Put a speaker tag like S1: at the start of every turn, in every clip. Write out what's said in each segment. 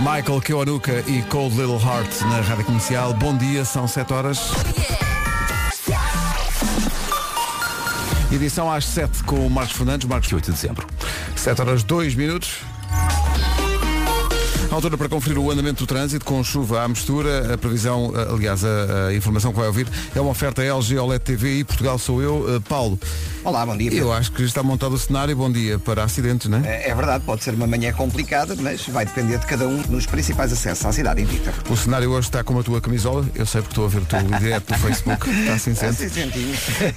S1: Michael Kiwanuka e Cold Little Heart na Rádio Comercial. Bom dia, são 7 horas. Edição às 7 com o Marcos Fernandes, Marcos 8 de dezembro. 7 horas 2 minutos. A Altura para conferir o andamento do trânsito com chuva à mistura. A previsão, eh, aliás, a, a informação que vai ouvir é uma oferta LG OLED TV e Portugal sou eu, eh, Paulo.
S2: Olá, bom dia. Pedro.
S1: Eu acho que está montado o cenário, bom dia, para acidentes, não é?
S2: É é verdade, pode ser uma manhã complicada, mas vai depender de cada um nos principais acessos à cidade invita.
S1: O cenário hoje está como a tua camisola, eu sei porque estou a ver o teu direto no Facebook, está assim sempre.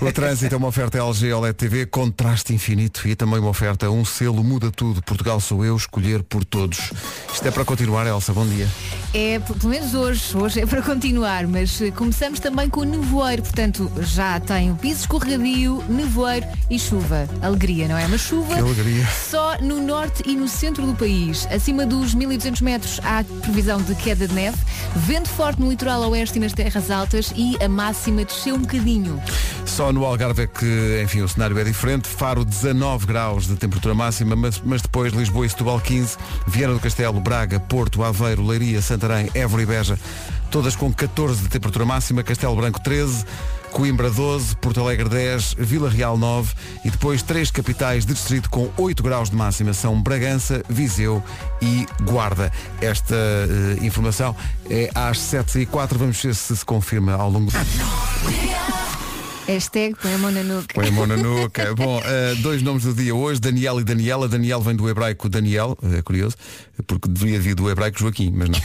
S1: O trânsito é uma oferta LG OLED TV, contraste infinito e também uma oferta, um selo muda tudo, Portugal sou eu, escolher por todos. Isto é para continuar, Elsa, bom dia.
S3: É, p- pelo menos hoje, hoje é para continuar, mas eh, começamos também com o nevoeiro, portanto já tem o piso escorregadio, nevoeiro e chuva. Alegria, não é? Mas chuva
S1: Que alegria.
S3: só no norte e no centro do país. Acima dos 1200 metros há previsão de queda de neve, vento forte no litoral oeste e nas terras altas e a máxima desceu um bocadinho.
S1: Só no Algarve é que, enfim, o cenário é diferente. Faro 19 graus de temperatura máxima, mas, mas depois Lisboa e Setúbal 15, Viana do Castelo, Braga, Porto, Aveiro, Leiria, Santarém, Évora e Beja, todas com 14 de temperatura máxima, Castelo Branco 13, Coimbra 12, Porto Alegre 10, Vila Real 9 e depois três capitais de distrito com 8 graus de máxima são Bragança, Viseu e Guarda. Esta eh, informação é às 7 e 04 vamos ver se se confirma ao longo do
S3: Hashtag põe a mão na nuca.
S1: Põe a mão na nuca. Bom, eh, dois nomes do dia hoje, Daniel e Daniela. Daniel vem do hebraico Daniel, é curioso, porque devia vir do hebraico Joaquim, mas não.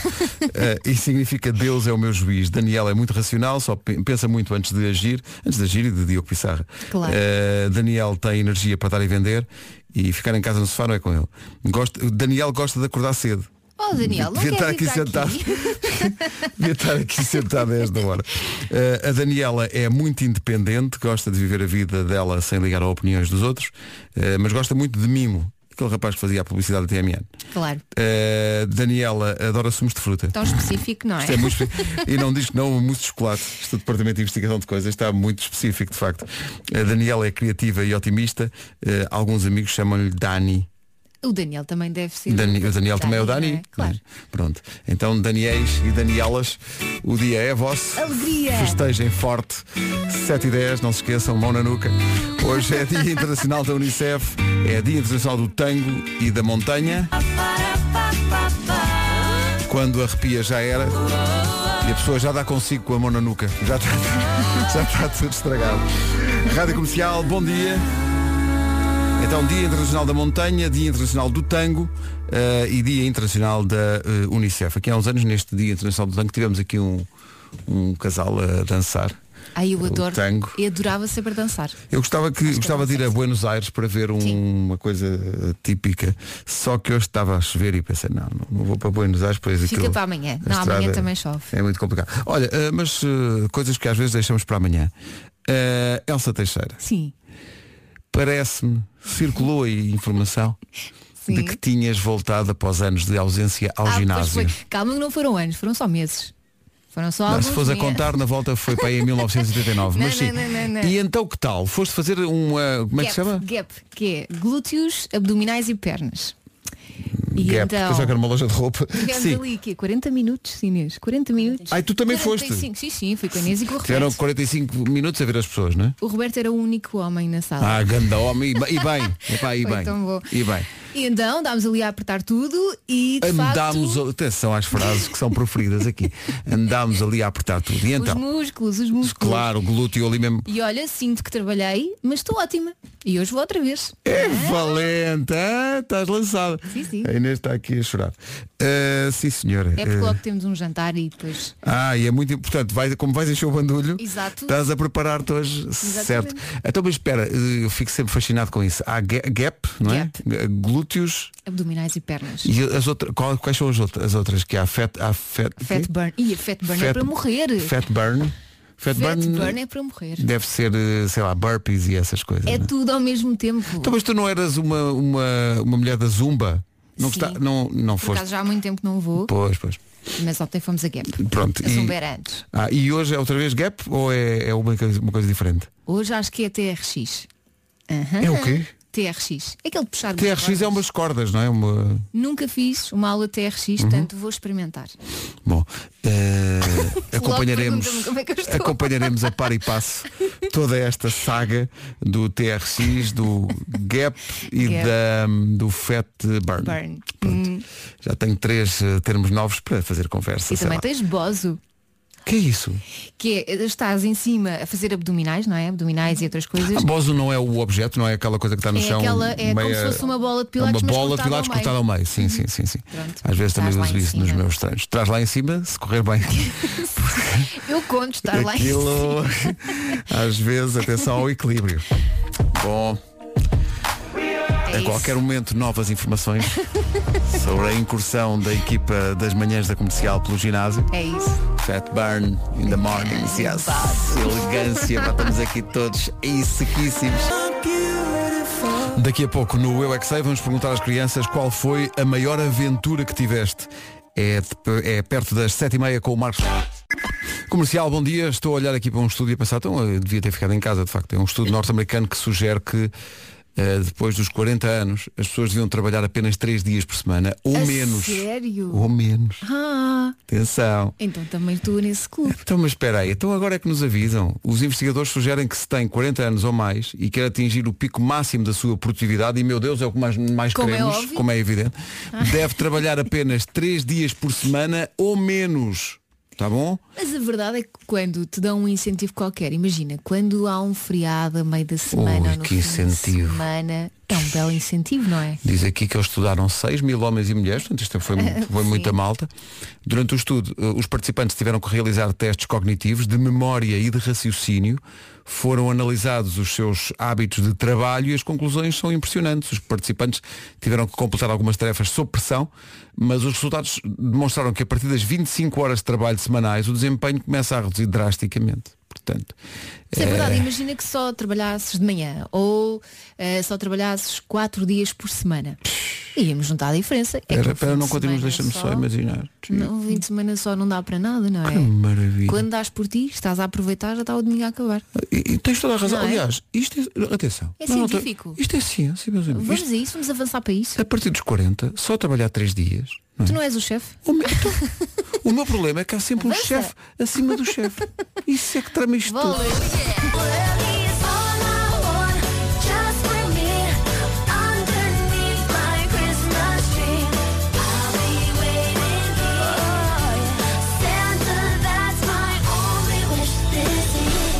S1: Eh, e significa Deus é o meu juiz. Daniel é muito racional, só pe- pensa muito antes de agir, antes de agir e de Diogo Pissarra.
S3: Claro.
S1: Eh, Daniel tem energia para dar e vender e ficar em casa no sofá não é com ele. Gosta, Daniel gosta de acordar cedo.
S3: Oh Daniel, não
S1: Devia estar
S3: queres
S1: aqui
S3: ir para
S1: sentado.
S3: aqui?
S1: Devia estar aqui sentado a esta hora. Eh, a Daniela é muito independente, gosta de viver a vida dela sem ligar a opiniões dos outros, eh, mas gosta muito de mimo. Aquele rapaz que fazia a publicidade da TMN.
S3: Claro,
S1: Eh, Daniela adora sumos de fruta.
S3: tão específico, não é?
S1: Isto é muito específico. e não diz que não, mousse de chocolate. Isto do Departamento de Investigação de Coisas está muito específico, de facto. A Daniela é criativa e otimista. Eh, alguns amigos chamam-lhe Dani.
S3: O Daniel também deve ser.
S1: Dani- o Daniel também é o Dani.
S3: não é? Claro.
S1: Pronto. Então, Daniéis e Danielas, o dia é vosso.
S3: Alegria!
S1: Festejem forte. 7 e 10, não se esqueçam, mão na nuca. Hoje é Dia Internacional da Unicef, é Dia Internacional do Tango e da Montanha. Quando arrepia já era. E a pessoa já dá consigo com a mão na nuca. Já está, já está tudo estragado. Rádio Comercial, bom dia. Então, Dia Internacional da Montanha, Dia Internacional do Tango eh, e Dia Internacional da eh, Unicef. Aqui há uns anos, neste Dia Internacional do Tango, tivemos aqui um, um casal a dançar.
S3: Ai, eu
S1: O
S3: adoro.
S1: tango.
S3: E adorava saber dançar.
S1: Eu gostava, que, gostava de ir a Buenos Aires para ver um-
S3: Sim.
S1: uma coisa eh, típica, só que hoje estava a chover e pensei, não, não, não vou para Buenos Aires, pois
S3: Fica
S1: aquilo-
S3: para amanhã.
S1: a
S3: Não, amanhã
S1: estrada
S3: também chove.
S1: É muito complicado. Olha, eh, mas eh, coisas que às vezes deixamos para amanhã. Eh, Elsa Teixeira,
S3: Sim.
S1: parece-me, circulou aí informação
S3: Sim.
S1: de que tinhas voltado após anos de ausência ao
S3: Ah, pois
S1: ginásio.
S3: foi. Calma que não foram anos, foram só meses. Foram só
S1: Não,
S3: alguns
S1: se fores a
S3: meses.
S1: contar, na volta foi para aí em 1989.
S3: Não,
S1: mas sim.
S3: não, não, não, não.
S1: E então que tal? Foste fazer uma. Como é que
S3: Gap,
S1: se chama?
S3: Gap, que é glúteos, abdominais e pernas. E
S1: Gap.
S3: então,
S1: Pensava que era uma loja de roupa.
S3: tivemos
S1: Sim.
S3: ali um aqui 40 minutos, Inês, 40 minutos.
S1: Ai, tu também foste.
S3: 45, Sim, sim, fui com a Inês e com o
S1: Tiveram
S3: Roberto.
S1: 45 minutos a ver as pessoas, não é?
S3: O Roberto era o único homem na sala.
S1: Ah, ganda homem. E bem. E bem. Epá, e
S3: Foi
S1: bem.
S3: tão bom.
S1: E bem.
S3: E então dámos ali a apertar tudo e de
S1: Andámos,
S3: facto,
S1: atenção às frases que são proferidas aqui. Andámos ali a apertar tudo. E
S3: os
S1: então,
S3: músculos, os músculos.
S1: claro, glúteo ali mesmo.
S3: E olha, sinto que trabalhei, mas estou ótima. E hoje vou outra vez.
S1: É valente, ah, estás lançada.
S3: Sim, sim.
S1: A Inês está aqui a chorar. Ah, sim, senhora.
S3: É porque
S1: Ah,
S3: logo temos um jantar e depois.
S1: Ah, e é muito importante, vai, como vais encher o bandulho,
S3: Exato.
S1: estás a preparar-te hoje, certo. Então, mas espera, eh, eu fico sempre fascinado com isso. Há ga- gap, não é?
S3: Gap.
S1: G- Glúteos
S3: Abdominais e pernas.
S1: e as outras, qual- quais são as outras? As outras que há fat, há fat,
S3: Fat
S1: quê?
S3: burn. Ih, a fat burn é
S1: Fat-
S3: para morrer. Fat,
S1: fat burn. Fat, burn,
S3: burn é para morrer.
S1: deve ser, eh, sei lá, burpees e essas coisas.
S3: É
S1: não é?
S3: tudo ao mesmo tempo.
S1: Então, mas tu não eras uma, uma, uma mulher da zumba? Não,
S3: Sim.
S1: gosta- não, não
S3: Por
S1: foste.
S3: acaso já há muito tempo que não vou,
S1: Pois, pois.
S3: mas ontem fomos um a Gap.
S1: Pronto.
S3: A Zumba é. era antes.
S1: Ah, e hoje é outra vez gap ou é, é uma, coisa, uma coisa diferente?
S3: Hoje acho que é TRX. Aham.
S1: É o quê?
S3: TRX. Aquele de puxar de
S1: TRX é
S3: cordas.
S1: umas cordas, não é? Uma...
S3: Nunca fiz uma aula de TRX,
S1: Uhum.
S3: portanto vou experimentar.
S1: Bom, eh, acompanharemos,
S3: pergunta-me como é que eu estou.
S1: acompanharemos a par e passo toda esta saga do TRX, do Gap e
S3: Gap.
S1: da, do Fat Burn.
S3: Burn.
S1: Pronto. Já tenho três eh, termos novos para fazer conversa.
S3: E
S1: sei
S3: também
S1: lá.
S3: tens Bozo,
S1: Que é isso?
S3: que é, estás em cima a fazer abdominais, não é? Abdominais e outras coisas.
S1: A Bozo não é o objeto, não é aquela coisa que está no
S3: É
S1: chão.
S3: aquela- é como se fosse uma bola de
S1: é
S3: pilates,
S1: Uma
S3: mas
S1: bola de
S3: cortada
S1: pilates
S3: ao meio. Uhum.
S1: cortada ao meio. Sim, sim, sim, sim.
S3: Pronto.
S1: Às vezes também
S3: Traz lá
S1: uso
S3: em
S1: isso nos
S3: cima.
S1: meus treinos. Traz lá em cima, se correr bem.
S3: Eu conto estar lá em cima.
S1: Aquilo, às vezes, atenção ao equilíbrio. Bom,
S3: É
S1: a
S3: isso.
S1: qualquer momento, novas informações sobre a incursão da equipa das manhãs da comercial pelo ginásio.
S3: É isso.
S1: Fat burn in the mornings, yes. Elegância, pá, estamos aqui todos e sequíssimos. Daqui a pouco no Eu é Que Sei, vamos perguntar às crianças qual foi a maior aventura que tiveste. É, de- é perto das sete e meia com o Marcos. Comercial, bom dia. Estou a olhar aqui para um estudo e a pensar, então eu devia ter ficado em casa, de facto. É um estudo norte-americano que sugere que eh, depois dos 40 anos as pessoas deviam trabalhar apenas três dias por semana, ou
S3: A
S1: menos.
S3: sério?
S1: Ou menos.
S3: Ah,
S1: Atenção.
S3: então também estou nesse clube.
S1: Então, mas espera aí, então agora é que nos avisam. Os investigadores sugerem que se tem 40 anos ou mais e quer atingir o pico máximo da sua produtividade, e meu Deus, é o que mais, mais
S3: Como é
S1: queremos,
S3: óbvio. Ah.
S1: como é evidente, deve trabalhar apenas 3 dias por semana ou menos. Tá bom?
S3: Mas a verdade é que quando te dão um incentivo qualquer, imagina, quando há um feriado a meio da semana
S1: Ui,
S3: ou no
S1: que
S3: fim
S1: incentivo.
S3: de semana, é um belo incentivo, não é?
S1: Diz aqui que eles estudaram 6 mil homens e mulheres, portanto isto foi, mu- foi muita malta. Durante o estudo, eh, os participantes tiveram que realizar testes cognitivos de memória e de raciocínio. Foram analisados os seus hábitos de trabalho e as conclusões são impressionantes. Os participantes tiveram que completar algumas tarefas sob pressão, mas os resultados demonstraram que a partir das 25 horas de trabalho semanais o desempenho começa a reduzir drasticamente. Portanto,
S3: Mas é verdade, imagina que só trabalhasses de manhã ou eh, só trabalhasses quatro dias por semana. Íamos juntar a diferença. É que
S1: espera,
S3: um fim
S1: espera,
S3: de
S1: não continues,
S3: semana
S1: deixa-me só imaginar.
S3: Não, um fim de semana só não dá para nada, não é?
S1: Que maravilha.
S3: Quando dás por ti, estás a aproveitar, já está o domingo a acabar.
S1: E, e tens toda a razão.
S3: Não é?
S1: Aliás, isto é. Atenção.
S3: É
S1: Não, não,
S3: científico.
S1: isto é ciência, meus amigos.
S3: Vamos a isso, vamos avançar para isso.
S1: Isto, a partir dos 40, só trabalhar 3 dias. não é?
S3: Tu não és o chefe?
S1: O, meu, então, o meu problema é que há sempre um
S3: Avança.
S1: chefe acima do chefe. Isso é que trama isto tudo.
S3: Vale.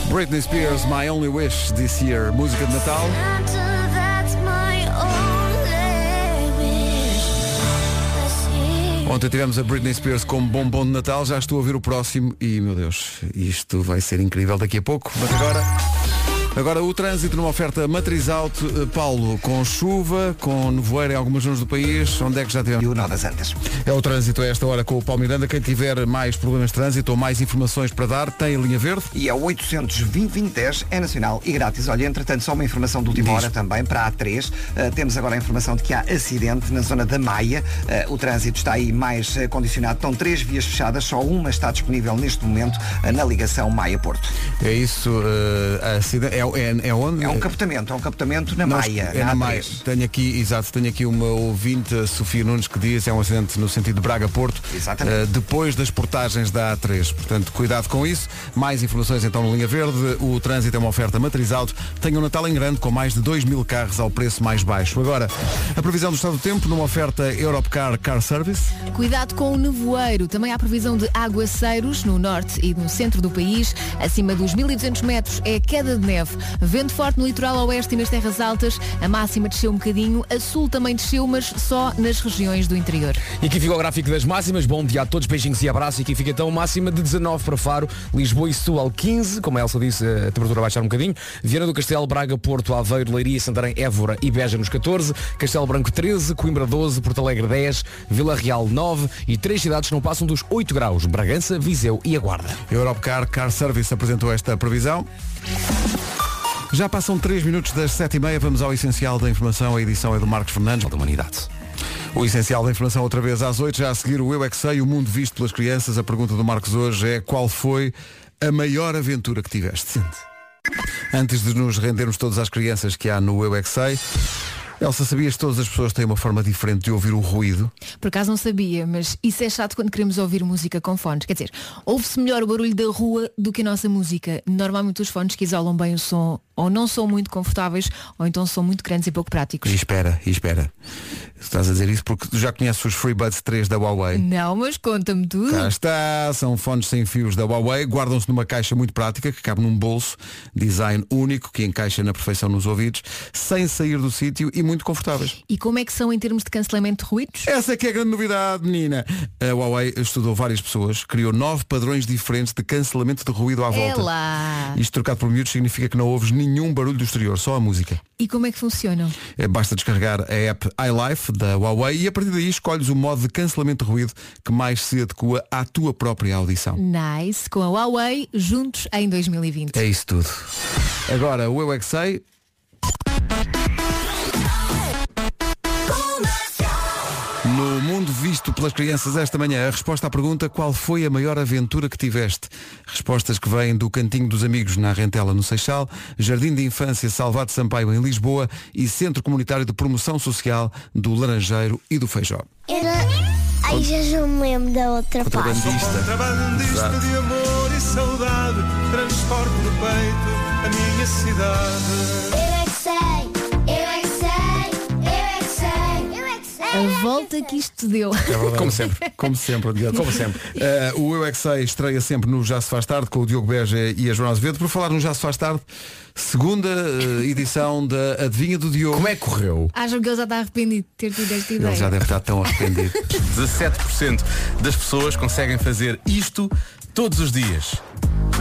S1: Britney Spears, My Only Wish This Year, música de Natal. Ontem tivemos a Britney Spears como bombom de Natal, já estou a ouvir o próximo e, meu Deus, isto vai ser incrível daqui a pouco. Mas agora, agora o trânsito numa oferta matriz alto, Eh, Paulo, com chuva, com nevoeiro em algumas zonas do país, onde é que já tivemos?
S2: E o Nó das Antas.
S1: É o trânsito a esta hora com o Paulo Miranda. Quem tiver mais problemas de trânsito ou mais informações para dar, tem a linha verde.
S2: E é 820-2010, é nacional e grátis. Olha, entretanto, só uma informação de última
S1: Diz.
S2: hora também para a A3. Eh, temos agora a informação de que há acidente na zona da Maia. Eh, o trânsito está aí mais eh, condicionado. Estão três vias fechadas, só uma está disponível neste momento eh, na ligação Maia-Porto.
S1: É isso, eh, a cidade, é, é, é onde?
S2: É um captamento, é um captamento na
S1: Nós-
S2: Maia.
S1: é na
S2: A3.
S1: Maia. Tenho aqui, exato, tenho aqui uma ouvinte, a Sofia Nunes, que diz é um acidente no sentido de Braga-Porto,
S2: Exatamente.
S1: eh, depois das portagens da A3. Portanto, cuidado com isso. Mais informações então no Linha Verde. O trânsito é uma oferta matriz alto. Tem um Natal em grande com mais de 2 mil carros ao preço mais baixo. Agora, a previsão do estado do tempo numa oferta Europcar Car Service.
S3: Cuidado com o nevoeiro. Também há previsão de aguaceiros no norte e no centro do país. Acima dos 1.200 metros é queda de neve. Vento forte no litoral oeste e nas terras altas. A máxima desceu um bocadinho. A sul também desceu, mas só nas regiões do interior.
S4: E aqui fica o gráfico das máximas. Bom dia a todos, beijinhos e abraço. E aqui fica então máxima de 19 para Faro, Lisboa e Setúbal 15. Como a Elsa disse, a temperatura vai baixar um bocadinho. Viana do Castelo, Braga, Porto, Aveiro, Leiria, Santarém, Évora e Beja nos 14. Castelo Branco 13, Coimbra 12, Porto Alegre 10, Vila Real 9 e três cidades que não passam dos 8 graus. Bragança, Viseu e a Guarda.
S1: Europcar Car Service apresentou esta previsão. Já passam 3 minutos das 7h30, vamos ao essencial da informação. A edição é do Marcos Fernandes.
S4: Da humanidade.
S1: O essencial da informação outra vez às 8, já a seguir o Eu é que sei, o mundo visto pelas crianças. A pergunta do Marcos hoje é qual foi a maior aventura que tiveste? Antes de nos rendermos todos às crianças que há no Eu É Que Sei, Elsa, sabias que todas as pessoas têm uma forma diferente de ouvir o ruído?
S3: Por acaso não sabia, mas isso é chato quando queremos ouvir música com fones. Quer dizer, ouve-se melhor o barulho da rua do que a nossa música. Normalmente os fones que isolam bem o som ou não são muito confortáveis ou então são muito grandes e pouco práticos.
S1: E espera, e espera. Estás a dizer isso porque tu já conheces os FreeBuds 3 da Huawei.
S3: Não, mas conta-me tudo.
S1: Cá está, são fones sem fios da Huawei, guardam-se numa caixa muito prática que cabe num bolso, design único que encaixa na perfeição nos ouvidos, sem sair do sítio e muito confortáveis.
S3: E como é que são em termos de cancelamento de ruídos?
S1: Essa é que é a grande novidade, menina. A Huawei estudou várias pessoas, criou nove padrões diferentes de cancelamento de ruído à É, volta.
S3: É lá.
S1: Isto trocado por miúdos significa que não ouves nenhum barulho do exterior, só a música.
S3: E como é que funcionam?
S1: Eh, Basta descarregar a app iLife da Huawei e a partir daí escolhes o modo de cancelamento de ruído que mais se adequa à tua própria audição.
S3: Nice, com a Huawei, juntos em 2020.
S1: É isso tudo. Agora, o Eu É Que Sei. No mundo visto pelas crianças esta manhã, a resposta à pergunta qual foi a maior aventura que tiveste? Respostas que vêm do Cantinho dos Amigos na Rentela, no Seixal, Jardim de Infância Salvado Sampaio, em Lisboa e Centro Comunitário de Promoção Social do Laranjeiro e do Feijó.
S5: Era. Ai, já não me lembro da outra parte.
S1: Contrabandista.
S6: Contrabandista
S1: Exato.
S6: de amor e saudade, transporte no peito a minha cidade.
S5: Eu é que sei, eu é que sei, eu é que sei, eu é que sei.
S3: A volta que isto deu.
S1: Como sempre. Como sempre, Diogo. Como sempre. o Eu é Que Sei estreia sempre no Já Se Faz Tarde com o Diogo Beja e a Joana Azevedo. Por falar no Já Se Faz Tarde, segunda eh, edição da Adivinha do Diogo.
S4: Como é que correu?
S3: Acho que ele já está arrependido de ter tido esta
S1: Ele
S3: ideia.
S1: já deve estar tão arrependido.
S7: 17% das pessoas conseguem fazer isto todos os dias.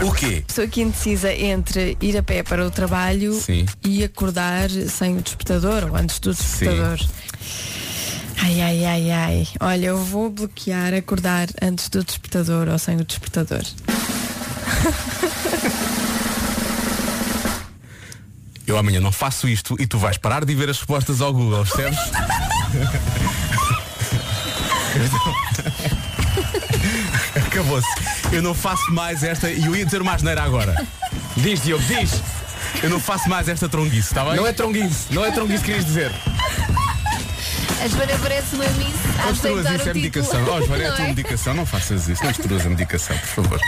S7: O quê?
S8: Pessoa que indecisa entre ir a pé para o trabalho
S7: Sim.
S8: e acordar sem o despertador ou antes do despertador. Ai, ai, ai, ai. Olha, eu vou bloquear acordar antes do despertador ou sem o despertador.
S7: Eu amanhã não faço isto e tu vais parar de ver as respostas ao Google, percebes? Acabou-se. Eu não faço mais esta. E eu ia dizer uma asneira agora.
S4: Diz, Diogo, diz.
S7: Eu não faço mais esta tronguice,
S1: tá
S7: está bem?
S4: Não é tronguice, não é tronguice que querias dizer.
S3: A Joana parece uma miss a
S7: Obstruas
S3: aceitar
S7: isso,
S3: o
S7: é
S3: título.
S7: medicação.
S1: Oh,
S7: Ó, Joana, é a
S3: Não
S7: tua
S3: é?
S7: medicação. Não faças isso. Não obstruas a medicação, por favor.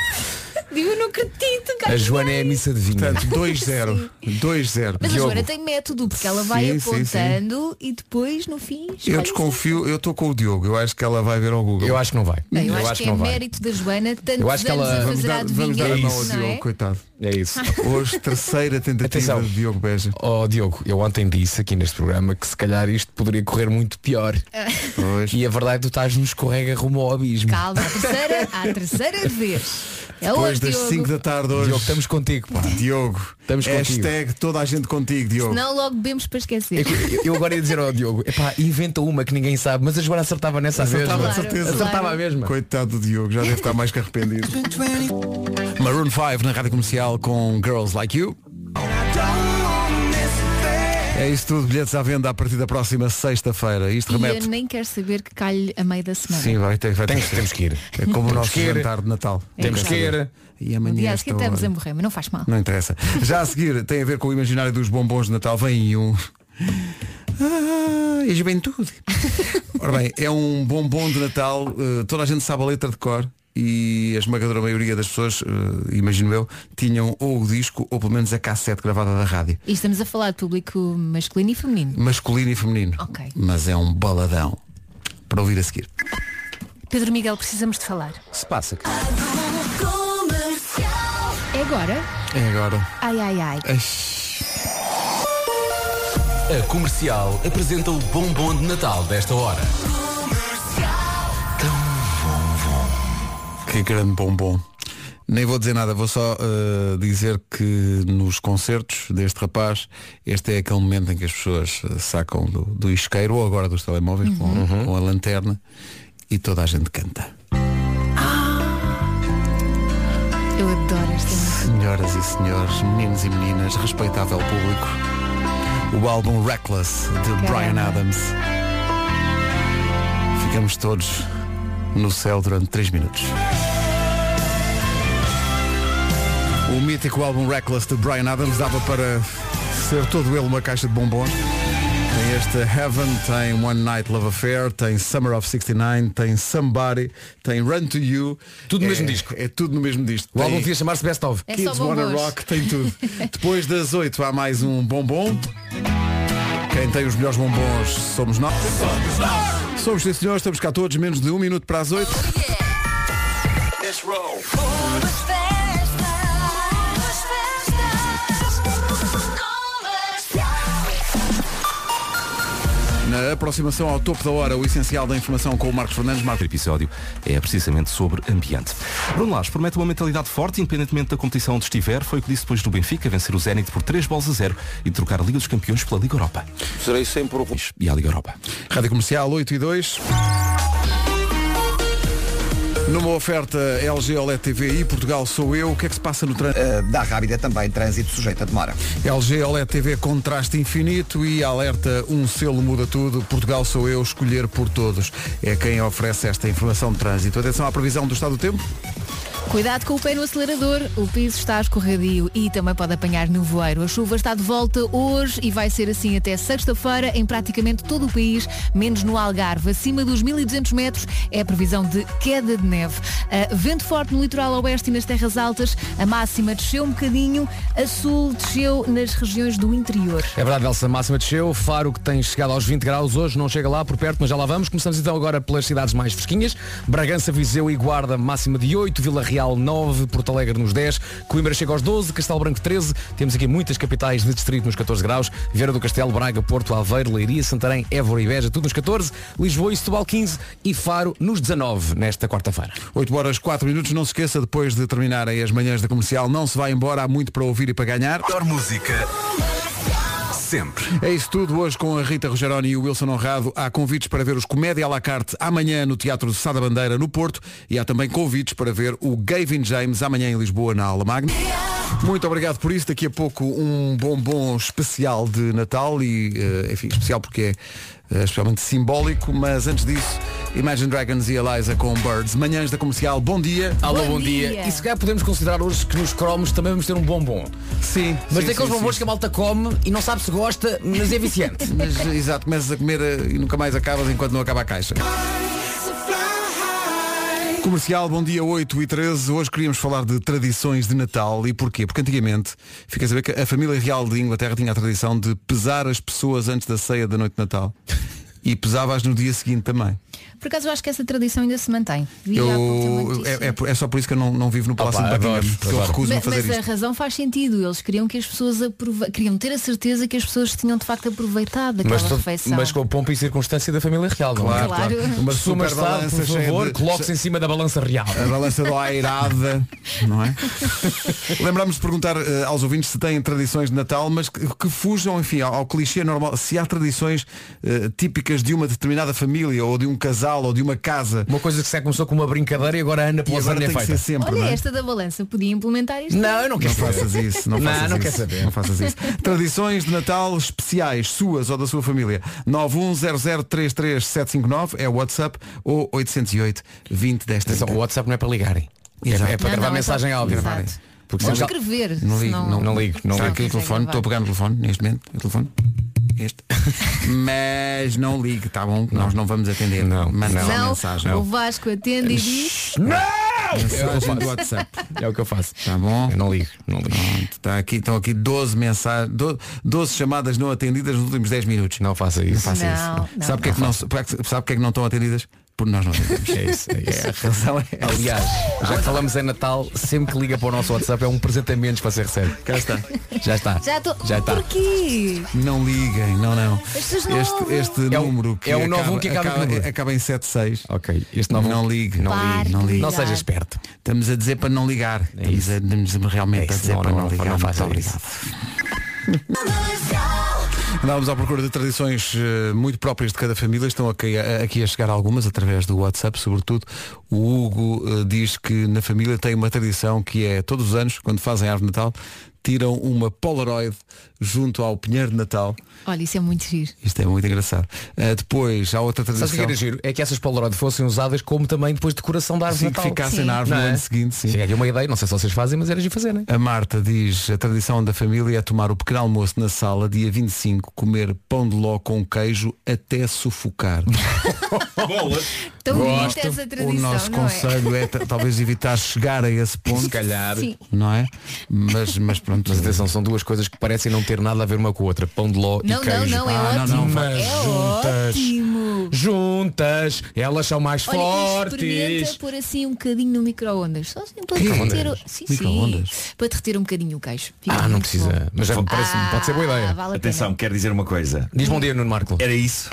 S3: Eu não acredito, cara.
S4: A Joana é a missa de vinho.
S1: Portanto, 2-0. 2-0.
S3: Mas a
S1: Diogo,
S3: Joana tem método, porque ela vai
S1: Sim, sim,
S3: apontando e depois, no fim,
S1: Eu
S3: escolhe.
S1: desconfio, eu estou com o Diogo. Eu acho que ela vai ver ao Google.
S4: Eu acho que não vai.
S3: Bem, eu, acho, que, é
S4: não vai.
S3: mérito da Joana, tantos
S4: Eu acho que
S3: anos
S4: ela-
S3: a
S1: Vamos
S3: fazer a
S1: dar, vamos dar
S3: adivinha,
S1: a mão ao
S3: não
S1: Diogo,
S3: é?
S1: coitado.
S4: É isso.
S1: Hoje, terceira tentativa
S4: Atenção.
S1: de Diogo Beja.
S4: Oh Diogo, eu ontem disse aqui neste programa que se calhar isto poderia correr muito pior.
S1: Pois.
S4: E a verdade é que tu estás no escorrega rumo ao abismo.
S3: Calma, a terceira, a terceira vez. É
S1: Depois
S3: hoje,
S1: das
S3: Diogo.
S1: 5 da tarde hoje.
S4: Diogo, estamos contigo, pá.
S1: Diogo.
S4: Estamos contigo.
S1: Hashtag toda a gente contigo, Diogo.
S3: Não logo bebemos
S4: É
S3: para esquecer.
S4: que Eu, agora ia dizer ao Diogo, epá, inventa uma que ninguém sabe, mas a Joana acertava nessa
S1: Acertava,
S4: mesma.
S1: de certeza.
S4: Acertava a mesma.
S1: Coitado do Diogo, já deve estar mais que arrependido. Maroon 5 na rádio comercial com Girls Like You. É isso tudo, bilhetes à venda a partir da próxima sexta-feira. Isto
S3: E eu
S1: remete.
S3: nem quero saber que calhe a meio da semana.
S1: Sim, vai ter, vai ter
S4: Tem-
S1: que ser.
S4: temos que ir.
S1: É como o nosso
S4: que ir.
S1: jantar de Natal.
S4: Temos que ir.
S1: E
S3: Um dia
S1: amanhã. é
S3: a seguir
S1: estou-
S3: estamos a morrer, mas não faz mal.
S1: Não interessa. Já a seguir tem a ver com o imaginário dos bombons de Natal. Vem aí um. Ah, e a juventude. Ora bem, é um bombom de Natal, eh, toda a gente sabe a letra de cor e a esmagadora maioria das pessoas, eh, imagino eu, tinham ou o disco ou pelo menos a cassete gravada da rádio.
S3: E estamos a falar de público masculino e feminino.
S1: Masculino e feminino.
S3: Ok.
S1: Mas é um baladão. Para ouvir a seguir.
S9: Pedro Miguel, precisamos de falar.
S4: Se passa.
S3: É agora?
S1: É agora.
S3: Ai, ai, ai.
S7: A comercial apresenta o bombom de Natal desta hora.
S1: Que grande bombom. Nem vou dizer nada, vou só eh, dizer que nos concertos deste rapaz, este é aquele momento em que as pessoas eh, sacam do, do isqueiro ou agora dos telemóveis com, com a lanterna e toda a gente canta.
S3: Eu adoro esta música.
S1: Senhoras e senhores, meninos e meninas, respeitável público, o álbum Reckless de Brian Adams. Ficamos todos no céu durante 3 minutos. O mítico álbum Reckless de Brian Adams dava para ser todo ele uma caixa de bombons. Tem este Heaven, tem One Night Love Affair, tem Summer of 69, tem Somebody, tem Run to You.
S4: Tudo no
S1: É-
S4: mesmo disco.
S1: É tudo no mesmo disco.
S4: O álbum
S1: Tem-
S4: devia chamar-se Best of.
S3: É só
S1: Kids Wanna
S3: bombons.
S1: Rock tem tudo. Depois das 8 há mais um bombom. Quem tem os melhores bombons somos nós. Somos sim senhores, estamos cá todos, menos de um minuto para as 8. Na aproximação ao topo da hora, o essencial da informação com o Marcos Fernandes. Marcos.
S7: O episódio é precisamente sobre ambiente. Bruno Lage promete uma mentalidade forte, independentemente da competição onde estiver. Foi o que disse depois do Benfica vencer o Zenit por 3 bolas a 0 e trocar a Liga dos Campeões pela Liga Europa.
S10: Serei sempre o
S7: E a Liga Europa.
S1: Rádio Comercial 8 e 2. Numa oferta LG OLED TV e Portugal sou eu, o que é que se passa no trânsito?
S2: Eh, dá rápida também trânsito sujeito a demora.
S1: LG OLED TV contraste infinito e alerta um selo muda tudo. Portugal sou eu, escolher por todos. É quem oferece esta informação de trânsito. Atenção à previsão do estado do tempo.
S3: Cuidado com o pé no acelerador, o piso está escorregadio e também pode apanhar nevoeiro. A chuva está de volta hoje e vai ser assim até sexta-feira em praticamente todo o país, menos no Algarve. Acima dos 1.200 metros é a previsão de queda de neve. Ah, vento forte no litoral oeste e nas terras altas, a máxima desceu um bocadinho, a sul desceu nas regiões do interior.
S4: É verdade, Elsa, a máxima desceu. Faro que tem chegado aos 20 graus hoje, não chega lá por perto, mas já lá vamos. Começamos então agora pelas cidades mais fresquinhas. Bragança, Viseu e Guarda, máxima de 8, Vila Real 9, Porto Alegre nos 10, Coimbra chega aos 12, Castelo Branco 13. Temos aqui muitas capitais de distrito nos 14 graus. Vieira do Castelo, Braga, Porto, Aveiro, Leiria, Santarém, Évora e Beja, tudo nos 14. Lisboa e Setúbal 15 e Faro nos 19 nesta quarta-feira.
S1: 8 horas 4 minutos. Não se esqueça, depois de terminarem as manhãs da comercial, não se vá embora. Há muito para ouvir e para ganhar.
S6: Melhor música. Sempre.
S1: É isso tudo hoje com a Rita Rogeroni e o Wilson Honrado. Há convites para ver os Comédia à la carte amanhã no Teatro de Sá da Bandeira, no Porto. E há também convites para ver o Gavin James amanhã em Lisboa, na Aula Magna. Muito obrigado por isso. Daqui a pouco um bombom especial de Natal e, eh, enfim, especial porque é eh, especialmente simbólico. Mas antes disso, Imagine Dragons e Eliza com Birds. Manhãs da Comercial, bom dia.
S4: Alô,
S3: Bom
S4: bom, dia.
S3: um dia.
S4: E se calhar podemos considerar hoje que nos cromos também vamos ter um bombom.
S1: Sim. sim,
S4: Mas tem aqueles
S1: sim,
S4: bombons
S1: sim.
S4: que a malta come e não sabe se gosta, mas é viciante.
S1: Mas, exato, começas a comer eh, e nunca mais acabas enquanto não acaba a caixa. Comercial, bom dia 8 e 13. Hoje queríamos falar de tradições de Natal e porquê? Porque antigamente, fica a saber que a família real de Inglaterra tinha a tradição de pesar as pessoas antes da ceia da noite de Natal. E pesava-as no dia seguinte também.
S3: Por acaso eu acho que essa tradição ainda se mantém. Vi já
S1: Eu,
S3: aconteceu
S1: é,
S3: muito
S1: é
S3: isso.
S1: por- é só por isso que eu não, não vivo no Palácio
S4: Opa,
S1: de Buckingham,
S4: adoro,
S1: porque eu
S4: adoro.
S1: recuso-me a
S3: Mas,
S1: fazer
S3: mas a
S1: isto.
S3: razão faz sentido. Eles queriam que as pessoas aprove... queriam ter a certeza que as pessoas tinham de facto aproveitado aquela
S4: Mas, todo-
S3: refeição.
S4: mas com a pompa e circunstância da família real, não é?
S3: Claro. Claro.
S1: Uma
S4: Suma
S1: super
S4: está,
S1: balança
S4: por
S1: cheia
S4: favor,
S1: de-
S4: coloque-se em cima da balança real.
S1: A balança do airada, não é? Lembramos de perguntar eh, aos ouvintes se têm tradições de Natal, mas que, que fujam, enfim, ao, ao clichê normal, se há tradições eh, típicas de uma determinada família, ou de um casal, ou de uma casa.
S4: Uma coisa que se é, começou com uma brincadeira e agora a Ana
S1: E
S4: pela
S1: agora
S4: Zânia é
S1: tem que ser
S4: feita.
S1: sempre,
S3: Olha
S1: não é?
S3: esta da balança, podia implementar isto.
S4: Não, eu não
S1: Não
S4: quero fazer.
S1: faças isso, não
S4: Não,
S1: faças
S4: não
S1: isso.
S4: quer saber.
S1: Não faças isso. Tradições de Natal especiais, suas ou da sua família. 910033759 é o WhatsApp ou 808 20 desta.
S4: Atenção, O WhatsApp não é para ligarem. É,
S1: Exato.
S4: é para
S3: Não,
S4: gravar
S3: não, é
S4: mensagem
S3: só-
S4: áudio.
S3: Exato.
S4: Porque
S3: Ou
S4: se não-
S3: escrever.
S1: Não ligo,
S3: senão-
S1: não,
S4: não ligo, não
S1: Será
S4: ligo.
S1: que é o
S3: Não
S1: telefone?
S3: consegue
S1: Estou a pegar no telefone neste momento. É o telefone? Este. Mas não ligue, tá bom? Nós não vamos atender.
S4: Não,
S1: Manda só
S3: Não,
S1: mensagem.
S3: o Vasco atende e diz.
S1: Mensagem do WhatsApp.
S4: É o que eu faço.
S1: Tá bom?
S4: Eu não ligo, não ligo.
S1: Pronto, tá aqui, estão aqui 12 mensagens, 12, chamadas não atendidas nos últimos 10 minutos.
S4: Não faça isso.
S1: faça
S3: Não,
S1: isso.
S3: não,
S1: sabe porque é que não, sabe porque é que não estão atendidas? Porque nós não atendemos.
S4: É isso, é isso.
S1: A razão é essa.
S4: Aliás, já que falamos em Natal, sempre que liga para o nosso WhatsApp é um presente a menos que você recebe.
S1: Cá está.
S4: Já está.
S3: Já estou.
S4: Já está.
S3: Porquê?
S1: Não liguem, não, não.
S3: pessoas não
S1: Este,
S3: ouvem.
S1: este
S4: É o-
S1: número que
S4: é o
S1: acaba,
S4: 91 que acaba em que
S1: acaba,
S4: número?
S1: acaba em 76.
S4: Ok, este novo. um
S1: Não ligue, não
S3: Pare
S1: ligue, não
S3: de
S1: ligue.
S4: Não
S3: ligar.
S4: seja esperto. É
S1: Estamos a dizer para não ligar. estamos,
S4: isso.
S1: a, estamos realmente
S4: É isso,
S1: a dizer
S4: não,
S1: para não,
S4: não, não,
S1: ligar.
S4: não faça
S1: Muito
S4: isso.
S1: obrigado. Andávamos à procura de tradições eh, muito próprias de cada família. Estão aqui a, aqui a chegar algumas através do WhatsApp, sobretudo. O Hugo eh, diz que na família tem uma tradição que é todos os anos, quando fazem a árvore de Natal, tiram uma Polaroid junto ao Pinheiro de Natal.
S3: Olha, isso é muito giro.
S1: Isto é muito engraçado. Ah, depois há outra tradição.
S4: Sabe o que era giro? É que essas Polaroid fossem usadas como também depois decoração da árvore
S1: Sim,
S4: de
S1: que
S4: Natal.
S1: ficassem
S3: Sim.
S1: na árvore
S4: Não
S1: no
S4: é?
S1: ano seguinte. Sim.
S4: Chega aqui uma ideia, não sei se vocês fazem, mas era de fazer, né?
S1: A Marta diz, a tradição da família é tomar o pequeno almoço na sala, dia 25, comer pão de ló com queijo até sufocar.
S3: Tão bonita
S1: Gosto.
S3: essa tradição,
S1: o nosso
S3: não é?
S1: conselho é, ta- talvez evitar chegar a esse ponto.
S4: calhar.
S3: Sim.
S1: Não é? Mas, mas pronto.
S4: Mas atenção, são duas coisas que parecem não ter nada a ver uma com a outra. Pão de ló
S3: Não,
S4: e
S3: não,
S4: queijo.
S3: não, é
S1: Ah, não,
S3: ótimo.
S1: não, vai.
S4: Mas
S3: é
S4: juntas.
S3: ótimo.
S4: Juntas, elas são mais
S3: Olha, e experimenta
S4: fortes.
S3: pôr assim um bocadinho no micro-ondas. Só assim para derreter o... Sim, sim.
S1: Microondas?
S3: Para derreter um bocadinho o queijo. Fica
S4: Ah, não
S3: muito bom.
S4: precisa. Mas já me parece,
S3: Ah,
S4: pode ser boa ideia.
S3: Vale a
S10: Atenção, quero dizer uma coisa.
S4: Diz bom dia, Nuno Marco.
S10: Era isso.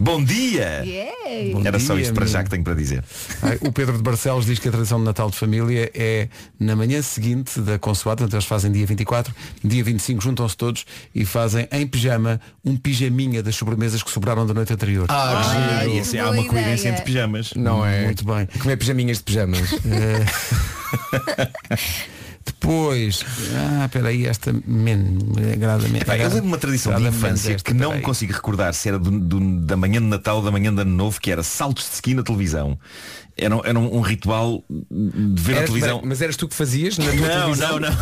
S10: Bom dia!
S3: pena. Yeah.
S1: Bom
S10: Era só
S1: dia,
S10: isto para já
S1: menino.
S10: que tenho para dizer.
S1: Ai, O Pedro de Barcelos diz que a tradição de Natal de família é na manhã seguinte da consoada, portanto eles fazem dia 24, dia 25 juntam-se todos e fazem em pijama um pijaminha das sobremesas que sobraram da noite anterior.
S4: Ah, que giro.
S10: Ah,
S3: que
S10: e assim, há
S3: boa
S10: uma coerência
S3: ideia.
S10: entre pijamas.
S4: Não é?
S1: Muito bem.
S4: Comer pijaminhas de pijamas.
S1: Depois, ah, espera aí, esta men, agrada-me.
S10: Pá, eu lembro de uma tradição de
S1: agrada-me
S10: infância
S1: é esta,
S10: que não
S1: peraí.
S10: me consigo recordar se era do- do- da manhã de Natal ou da manhã de Ano Novo, que era saltos de ski na televisão. Era, um- era um, um ritual de ver a
S4: Eras-
S10: televisão.
S4: Mas eras tu que fazias na tua
S1: tipo,
S10: Não,
S4: televisão?
S10: não, não.